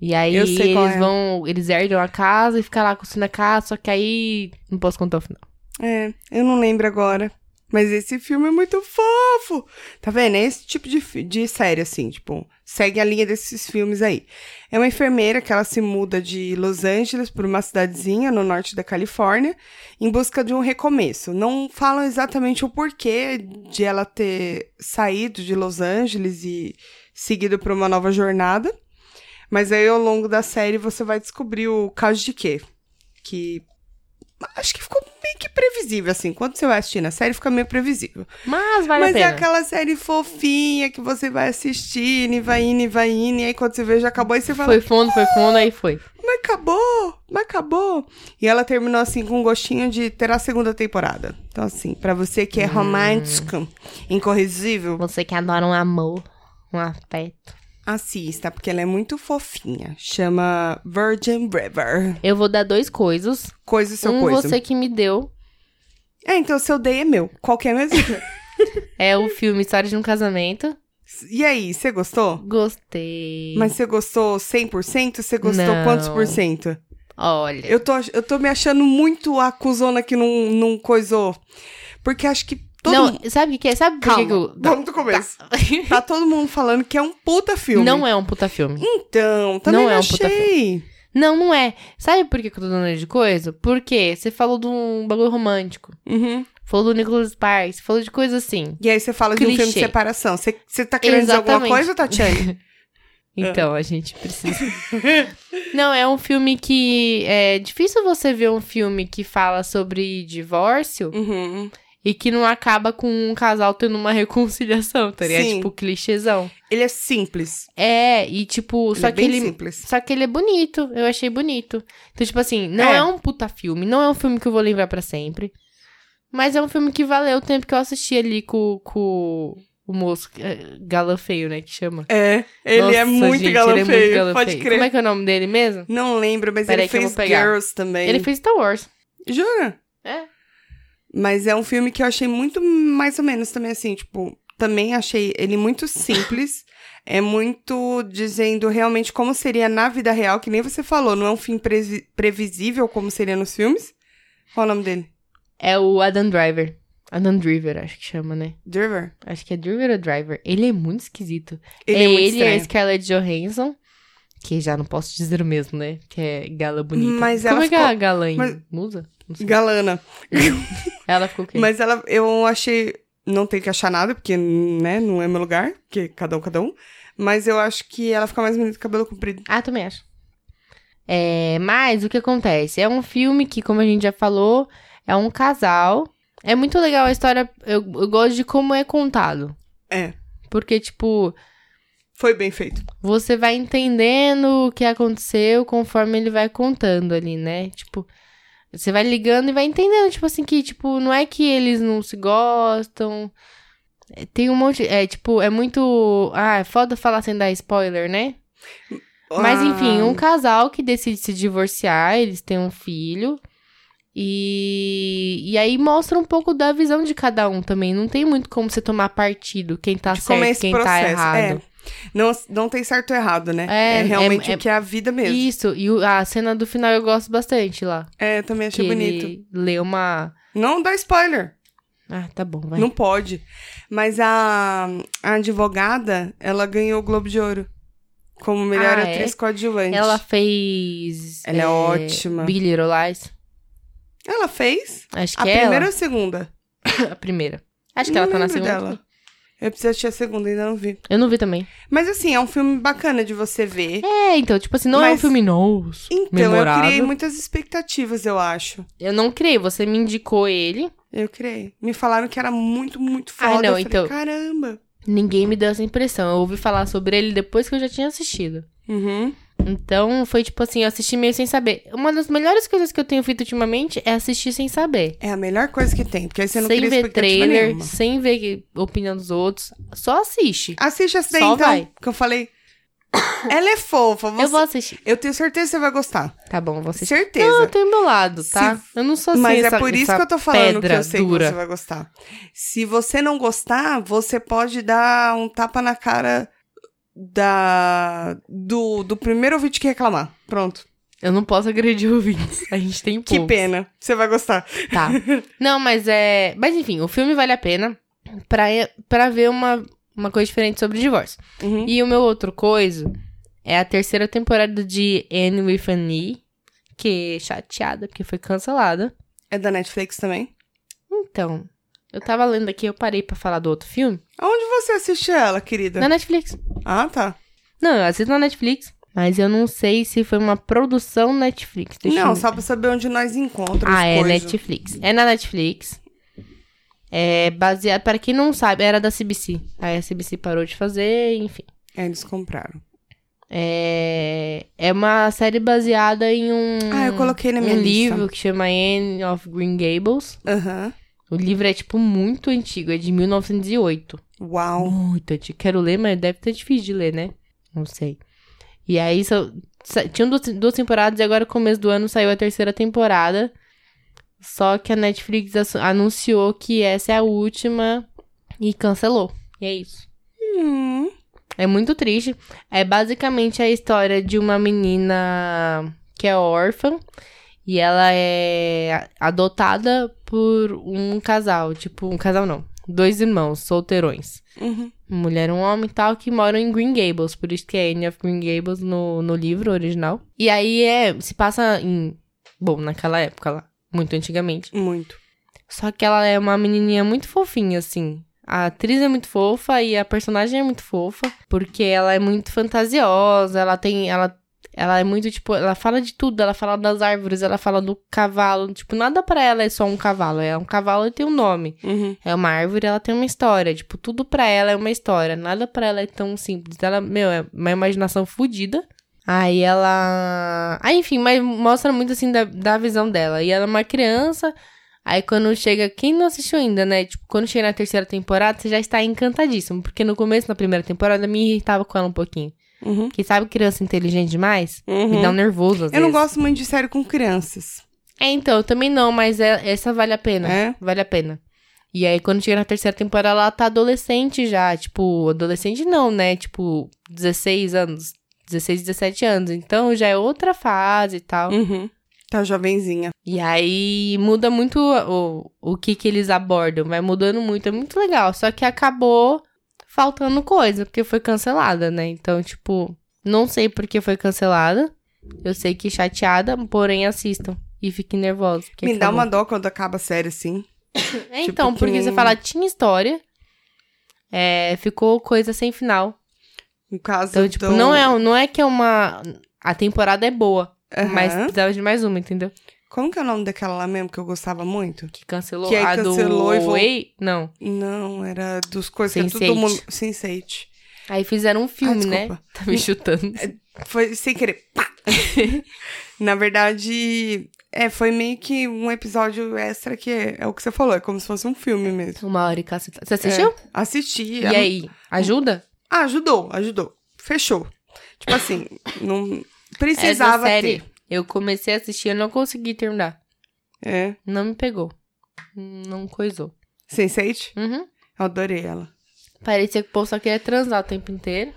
A: E aí
B: Eu sei qual
A: eles
B: é.
A: vão. Eles herdam a casa e ficam lá construindo a casa, só que aí. Não posso contar o final.
B: É, eu não lembro agora. Mas esse filme é muito fofo. Tá vendo? É esse tipo de, fi- de série, assim, tipo, segue a linha desses filmes aí. É uma enfermeira que ela se muda de Los Angeles para uma cidadezinha no norte da Califórnia em busca de um recomeço. Não falam exatamente o porquê de ela ter saído de Los Angeles e seguido para uma nova jornada. Mas aí ao longo da série você vai descobrir o caso de quê? Que acho que ficou meio É que previsível, assim. Quando você vai assistir na série, fica meio previsível.
A: Mas vale
B: Mas
A: a pena.
B: é aquela série fofinha que você vai assistindo e vai indo e vai indo. E aí quando você vê, já acabou. Aí você fala,
A: Foi fundo, foi fundo, aí foi.
B: mas acabou, mas acabou. E ela terminou, assim, com um gostinho de ter a segunda temporada. Então, assim, pra você que é
A: Hum.
B: romântico, incorrigível,
A: Você que adora um amor, um afeto.
B: assista, porque ela é muito fofinha. Chama Virgin River.
A: Eu vou dar dois coisas.
B: Coisa e seu
A: um
B: coisa.
A: você que me deu
B: É, então, seu day é meu. Qualquer mesmo.
A: é o filme História de um Casamento.
B: e aí, você gostou?
A: Gostei.
B: Mas você gostou 100%? Você gostou
A: Não.
B: quantos por cento?
A: Olha.
B: Eu tô, ach- eu tô me achando muito a cuzona que não, não coisou. Porque acho que todo
A: não,
B: mundo...
A: sabe o que que é? Sabe por que
B: Calma,
A: que eu... Tá.
B: vamos do começo. Tá todo mundo falando que é um puta filme.
A: Não é um puta filme.
B: Então, também
A: Não
B: não
A: é um puta
B: achei.
A: Não, não é. Sabe por que que eu tô dando ele de coisa? Porque você falou de um bagulho romântico.
B: Uhum.
A: Falou do Nicholas Sparks. Falou de coisa assim.
B: E aí você fala de um filme de
A: Clichê.
B: separação. Você você tá querendo dizer alguma
A: Exatamente.
B: coisa, Tatiane?
A: Então, a gente precisa. Não, é um filme que. É difícil você ver um filme que fala sobre divórcio
B: uhum.
A: e que não acaba com um casal tendo uma reconciliação, tá ligado? É
B: Sim.
A: tipo clichêzão.
B: Ele é simples.
A: É, e tipo,
B: Ele
A: só
B: é
A: que
B: bem
A: ele.
B: simples.
A: Só que ele é bonito, eu achei bonito. Então, tipo assim, não é.
B: É.
A: um puta filme, não é um filme que eu vou lembrar pra sempre. Mas é um filme que valeu o tempo que eu assisti ali com, com o moço. é, Galã feio, né? Que chama.
B: É, ele é
A: Nossa,
B: muito
A: gente,
B: galã
A: ele é muito
B: feio,
A: galã
B: pode
A: feio.
B: crer.
A: Como é que é o nome dele mesmo?
B: Não lembro, mas
A: Peraí
B: ele
A: que eu
B: fez
A: vou pegar.
B: Girls também.
A: Ele fez Star Wars.
B: Jura?
A: É.
B: Mas é um filme que eu achei muito mais ou menos também assim, tipo, também achei ele muito simples. é muito dizendo realmente como seria na vida real, que nem você falou, não é um fim presi- previsível como seria nos filmes. Qual o nome dele?
A: É o Adam Driver. Adam Driver, acho que chama, né?
B: Driver.
A: Acho que é Driver ou Driver. Ele é muito esquisito.
B: Ele é,
A: é
B: muito
A: ele e a
B: estranho.
A: Scarlett Johansson. Que já não posso dizer o mesmo, né? Que é gala bonita.
B: Mas
A: Como
B: ela
A: é que é
B: ficou-
A: a galã em
B: mas-
A: musa? Não sei.
B: Galana.
A: Ela ficou o quê?
B: Mas ela, eu achei. Não tem que achar nada, porque, né, não é meu lugar, porque cada um, cada um. Mas eu acho que ela fica mais bonita com cabelo comprido.
A: Ah, também acho. É, mas o que acontece? É um filme que, como a gente já falou, é um casal. É muito legal a história. Eu, eu gosto de como é contado.
B: É.
A: Porque, tipo,
B: Foi bem feito.
A: você vai entendendo o que aconteceu conforme ele vai contando ali, né? Tipo, você vai ligando e vai entendendo, tipo assim, que, tipo, não é que eles não se gostam. É, Tem um monte. É, tipo, é muito. Ah, é foda falar sem dar spoiler, né? Mas
B: Ah,
A: enfim, um casal que decide se divorciar, eles têm um filho. E, e aí mostra um pouco da visão de cada um também. Não tem muito como você tomar partido, quem tá
B: de como é
A: certo,
B: esse
A: quem tá
B: processo.
A: errado.
B: É. Não, não tem certo ou errado, né?
A: É,
B: É, realmente
A: é-
B: o que é a vida mesmo.
A: Isso, e o- a cena do final eu gosto bastante lá.
B: É, também achei
A: que
B: bonito.
A: Ele lê uma.
B: Não dá spoiler.
A: Ah, tá bom, vai.
B: Não pode. Mas a, a advogada, ela ganhou o Globo de Ouro. Como melhor
A: Ah, é?
B: atriz coadjuvante.
A: Ela fez.
B: Ela é ótima.
A: Big Little Lies.
B: Ela fez
A: Acho que
B: a
A: é
B: primeira ou a segunda?
A: ela. A primeira. Acho que
B: Não
A: ela tá na
B: lembro
A: segunda.
B: dela. Eu preciso assistir a segunda, ainda não vi.
A: Eu não vi também.
B: Mas assim, é um filme bacana de você ver.
A: É, então, tipo assim, não é um
B: Mas-
A: filme novo.
B: Então,
A: memorável.
B: eu criei muitas expectativas, eu acho.
A: Eu não criei, você me indicou ele.
B: Eu criei. Me falaram que era muito, muito
A: Ah,
B: foda.
A: não,
B: eu falei,
A: então-
B: caramba.
A: Ninguém me deu essa impressão. Eu ouvi falar sobre ele depois que eu já tinha assistido.
B: Uhum.
A: Então, foi tipo assim, eu assisti meio sem saber. Uma das melhores coisas que eu tenho feito ultimamente é assistir sem saber.
B: É a melhor coisa que tem, porque aí você não
A: sem
B: cria
A: ver
B: expectativa
A: trailer,
B: nenhuma.
A: sem ver opinião dos outros. Só assiste.
B: Assiste essa daí,
A: Só
B: então,
A: vai.
B: que eu falei. Ela é fofa, você...
A: Eu
B: eu,
A: vou assistir.
B: tenho certeza que você vai gostar.
A: Tá bom, vou assistir. Não, eu
B: Certeza.
A: tenho meu lado, tá? Eu não sou assim,
B: Mas
A: essa-
B: é por isso
A: essa
B: que eu tô falando que
A: pedra
B: eu sei
A: dura.
B: que você vai gostar. Se você não gostar, você pode dar um tapa na cara da do, do primeiro ouvinte que reclamar. Pronto.
A: Eu não posso agredir ouvintes. A gente tem
B: Que
A: poucos.
B: pena. Você vai gostar.
A: Tá. Não, mas é. Mas enfim, o filme vale a pena pra, pra ver uma, uma coisa diferente sobre divórcio.
B: Uhum.
A: E o meu outro coisa é a terceira temporada de Anne with an E, que chateada, porque foi cancelada.
B: É da Netflix também.
A: Então, eu tava lendo aqui, eu parei pra falar do outro filme.
B: Aonde você assiste ela, querida?
A: Na Netflix.
B: Ah, tá.
A: Não, eu assisto na Netflix, mas eu não sei se foi uma produção Netflix. Deixa eu
B: não,
A: ver.
B: só pra saber onde nós encontramos
A: Ah, é
B: coisa.
A: Netflix. É na Netflix. É baseado. Para quem não sabe, era da CBC. Aí a CBC parou de fazer, enfim.
B: É, eles compraram.
A: É, é uma série baseada em um,
B: Ah, eu coloquei na minha
A: um
B: lista.
A: livro que chama Anne of Green Gables.
B: Aham.
A: O livro é, tipo, muito antigo, é de 1908.
B: Uau.
A: Muito antigo. Quero ler, mas deve estar difícil de ler, né? Não sei. E aí, só, sa- tinham duas, duas temporadas e agora, começo do ano, saiu a terceira temporada. Só que a Netflix assu- anunciou que essa é a última e cancelou. E é isso.
B: Hum.
A: É muito triste. É basicamente a história de uma menina que é órfã e ela é a- adotada por um casal. Tipo, um casal não. dois irmãos solteirões.
B: Uhum.
A: Uma mulher e um homem e tal, que moram em Green Gables. Por isso que é Anne of Green Gables no, no livro original. E aí é, se passa em... Bom, naquela época lá. Muito antigamente.
B: Muito.
A: Só que ela é uma menininha muito fofinha, assim. A atriz é muito fofa e a personagem é muito fofa, porque ela é muito fantasiosa, ela tem, ela ela é muito tipo, ela fala de tudo, ela fala das árvores, ela fala do cavalo, tipo, nada pra ela é só um cavalo, é um cavalo e tem um nome.
B: Uhum.
A: É uma árvore, ela tem uma história, tipo, tudo pra ela é uma história, nada pra ela é tão simples. Ela, meu, é uma imaginação fodida. Aí ela. Ah, enfim, mas mostra muito assim da, da visão dela. E ela é uma criança. Aí quando chega. Quem não assistiu ainda, né? Tipo, quando chega na terceira temporada, você já está encantadíssimo. Porque no começo da primeira temporada me irritava com ela um pouquinho.
B: Uhum.
A: Porque sabe criança inteligente demais? Me
B: Uhum.
A: dá um nervoso. Às
B: Eu não
A: vezes.
B: gosto muito de série com crianças.
A: É, então, eu também não, mas é- essa vale a pena.
B: É?
A: Vale a pena. E aí, quando chega na terceira temporada, ela tá adolescente já. Tipo, adolescente não, né? Tipo, 16 anos. 16, 17 anos. Então já é outra fase e tal.
B: Uhum. Tá jovenzinha.
A: E aí muda muito o, o que que eles abordam, vai mudando muito, é muito legal. Só que acabou faltando coisa, porque foi cancelada, né? Então, tipo, não sei por que foi cancelada. Eu sei que chateada, porém assistam. E fiquem nervosos. porque
B: Me dá
A: acabou.
B: uma dó quando acaba a série, assim. sim.
A: É, então,
B: Tipo que
A: porque você
B: nem-
A: fala, tinha história, é, ficou coisa sem final.
B: No caso
A: Então, tipo,
B: do-
A: não, é, não é que é uma... A temporada é boa,
B: Aham.
A: mas precisava de mais uma, entendeu?
B: Como que é o nome daquela lá mesmo que eu gostava muito?
A: Que cancelou
B: Que aí
A: a
B: cancelou
A: do...
B: e vol-
A: Way? Não.
B: Não, era dos coisas que
A: Sense8.
B: todo mundo... Sense8.
A: Aí fizeram um filme,
B: Ah,
A: né?
B: desculpa.
A: Tá me chutando.
B: Foi sem querer. Pá! Na verdade, é, foi meio que um episódio extra que é, é o que você falou, é como se fosse um filme mesmo.
A: Uma hora e cacetada. Você assistiu?
B: Assisti.
A: E aí? Ajuda?
B: Ah, ajudou, ajudou. Fechou. Tipo assim, não precisava
A: Essa É série,
B: ter.
A: eu comecei a assistir, eu não consegui terminar.
B: É.
A: Não me pegou. Não coisou.
B: Sense8?
A: Uhum.
B: Eu adorei ela.
A: Parecia que o povo só queria transar o tempo inteiro.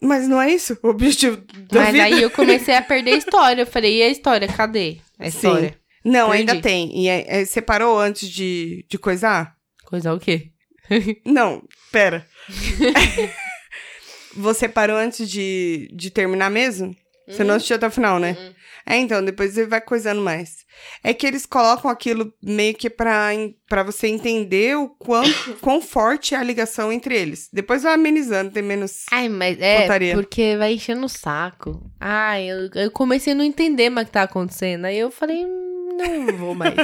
B: Mas não é isso o objetivo da
A: Mas
B: vida.
A: aí eu comecei a perder a história. Eu falei, e a história? Cadê? A
B: Sim.
A: história.
B: Não, ainda
A: Entendi.
B: tem. E é, é, você parou antes de, de coisar?
A: Coisa o quê?
B: Não, pera. Você parou antes de, de terminar mesmo? Você não assistiu até o final, né? É, então, depois você vai coisando mais. É que eles colocam aquilo meio que pra, en- pra você entender o quão, quão forte é a ligação entre eles. Depois vai amenizando, tem menos.
A: Ai, mas é
B: Putaria.
A: porque vai enchendo o saco. Ai, eu, eu comecei a não entender mais o que tá acontecendo. Aí eu falei, "Hum, não vou mais.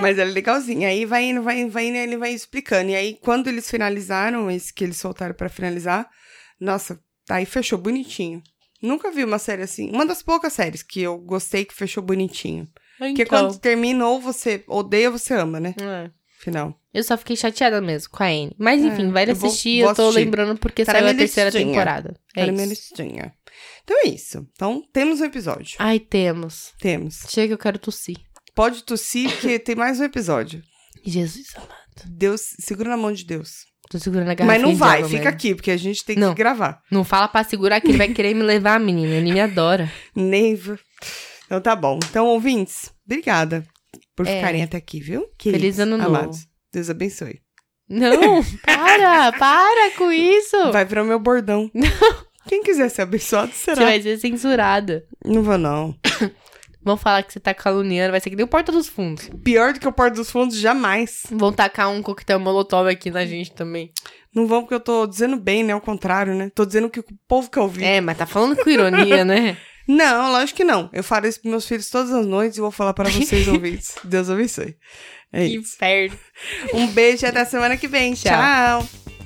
B: Mas ela é legalzinha. Aí vai indo, vai indo, vai indo, e ele vai explicando. E aí, quando eles finalizaram, esse que eles soltaram pra finalizar, nossa, aí fechou bonitinho. Nunca vi uma série assim. Uma das poucas séries que eu gostei que fechou bonitinho. Porque
A: Então.
B: quando termina, ou você odeia ou você ama, né?
A: É.
B: Final.
A: Eu só fiquei chateada mesmo com a Anne. Mas enfim, vai
B: É, eu vou-
A: assistir,
B: vou
A: eu tô
B: assistir.
A: lembrando porque
B: Tá na
A: saiu a
B: minha
A: terceira
B: listinha.
A: temporada. É
B: Era minha
A: isso.
B: listinha. Então é isso. Então, temos um episódio.
A: Ai, temos.
B: Temos.
A: Chega, eu quero tossir.
B: Pode tossir, que tem mais um episódio.
A: Jesus amado.
B: Deus, segura na mão de Deus.
A: Tô segurando a garrafa.
B: Mas não vai, fica aqui, porque a gente tem
A: Não.
B: que gravar.
A: Não fala pra segurar que ele vai querer me levar, a menina. Ele me adora.
B: Neiva. Então tá bom. Então, ouvintes, obrigada por
A: É.
B: ficarem até aqui, viu?
A: Feliz ano novo.
B: Deus abençoe.
A: Não, para, para com isso.
B: Vai virar o meu bordão. Quem quiser ser abençoado,
A: Você
B: será.
A: vai ser censurada.
B: Não vou, não.
A: Vão falar que você tá caluniando, vai ser que nem o Porta dos Fundos.
B: Pior do que o Porto dos Fundos, jamais.
A: Vão tacar um coquetel molotov aqui na gente também.
B: Não vão porque eu tô dizendo bem, né? Ao contrário, né? Tô dizendo o que o povo quer ouvir.
A: É, mas tá falando com ironia, né?
B: Não, lógico que não. Eu falo isso pros meus filhos todas as noites e vou falar para vocês, ouvintes. Deus abençoe. É
A: Que
B: isso.
A: Inferno.
B: Um beijo e até semana que vem.
A: Tchau.
B: Tchau.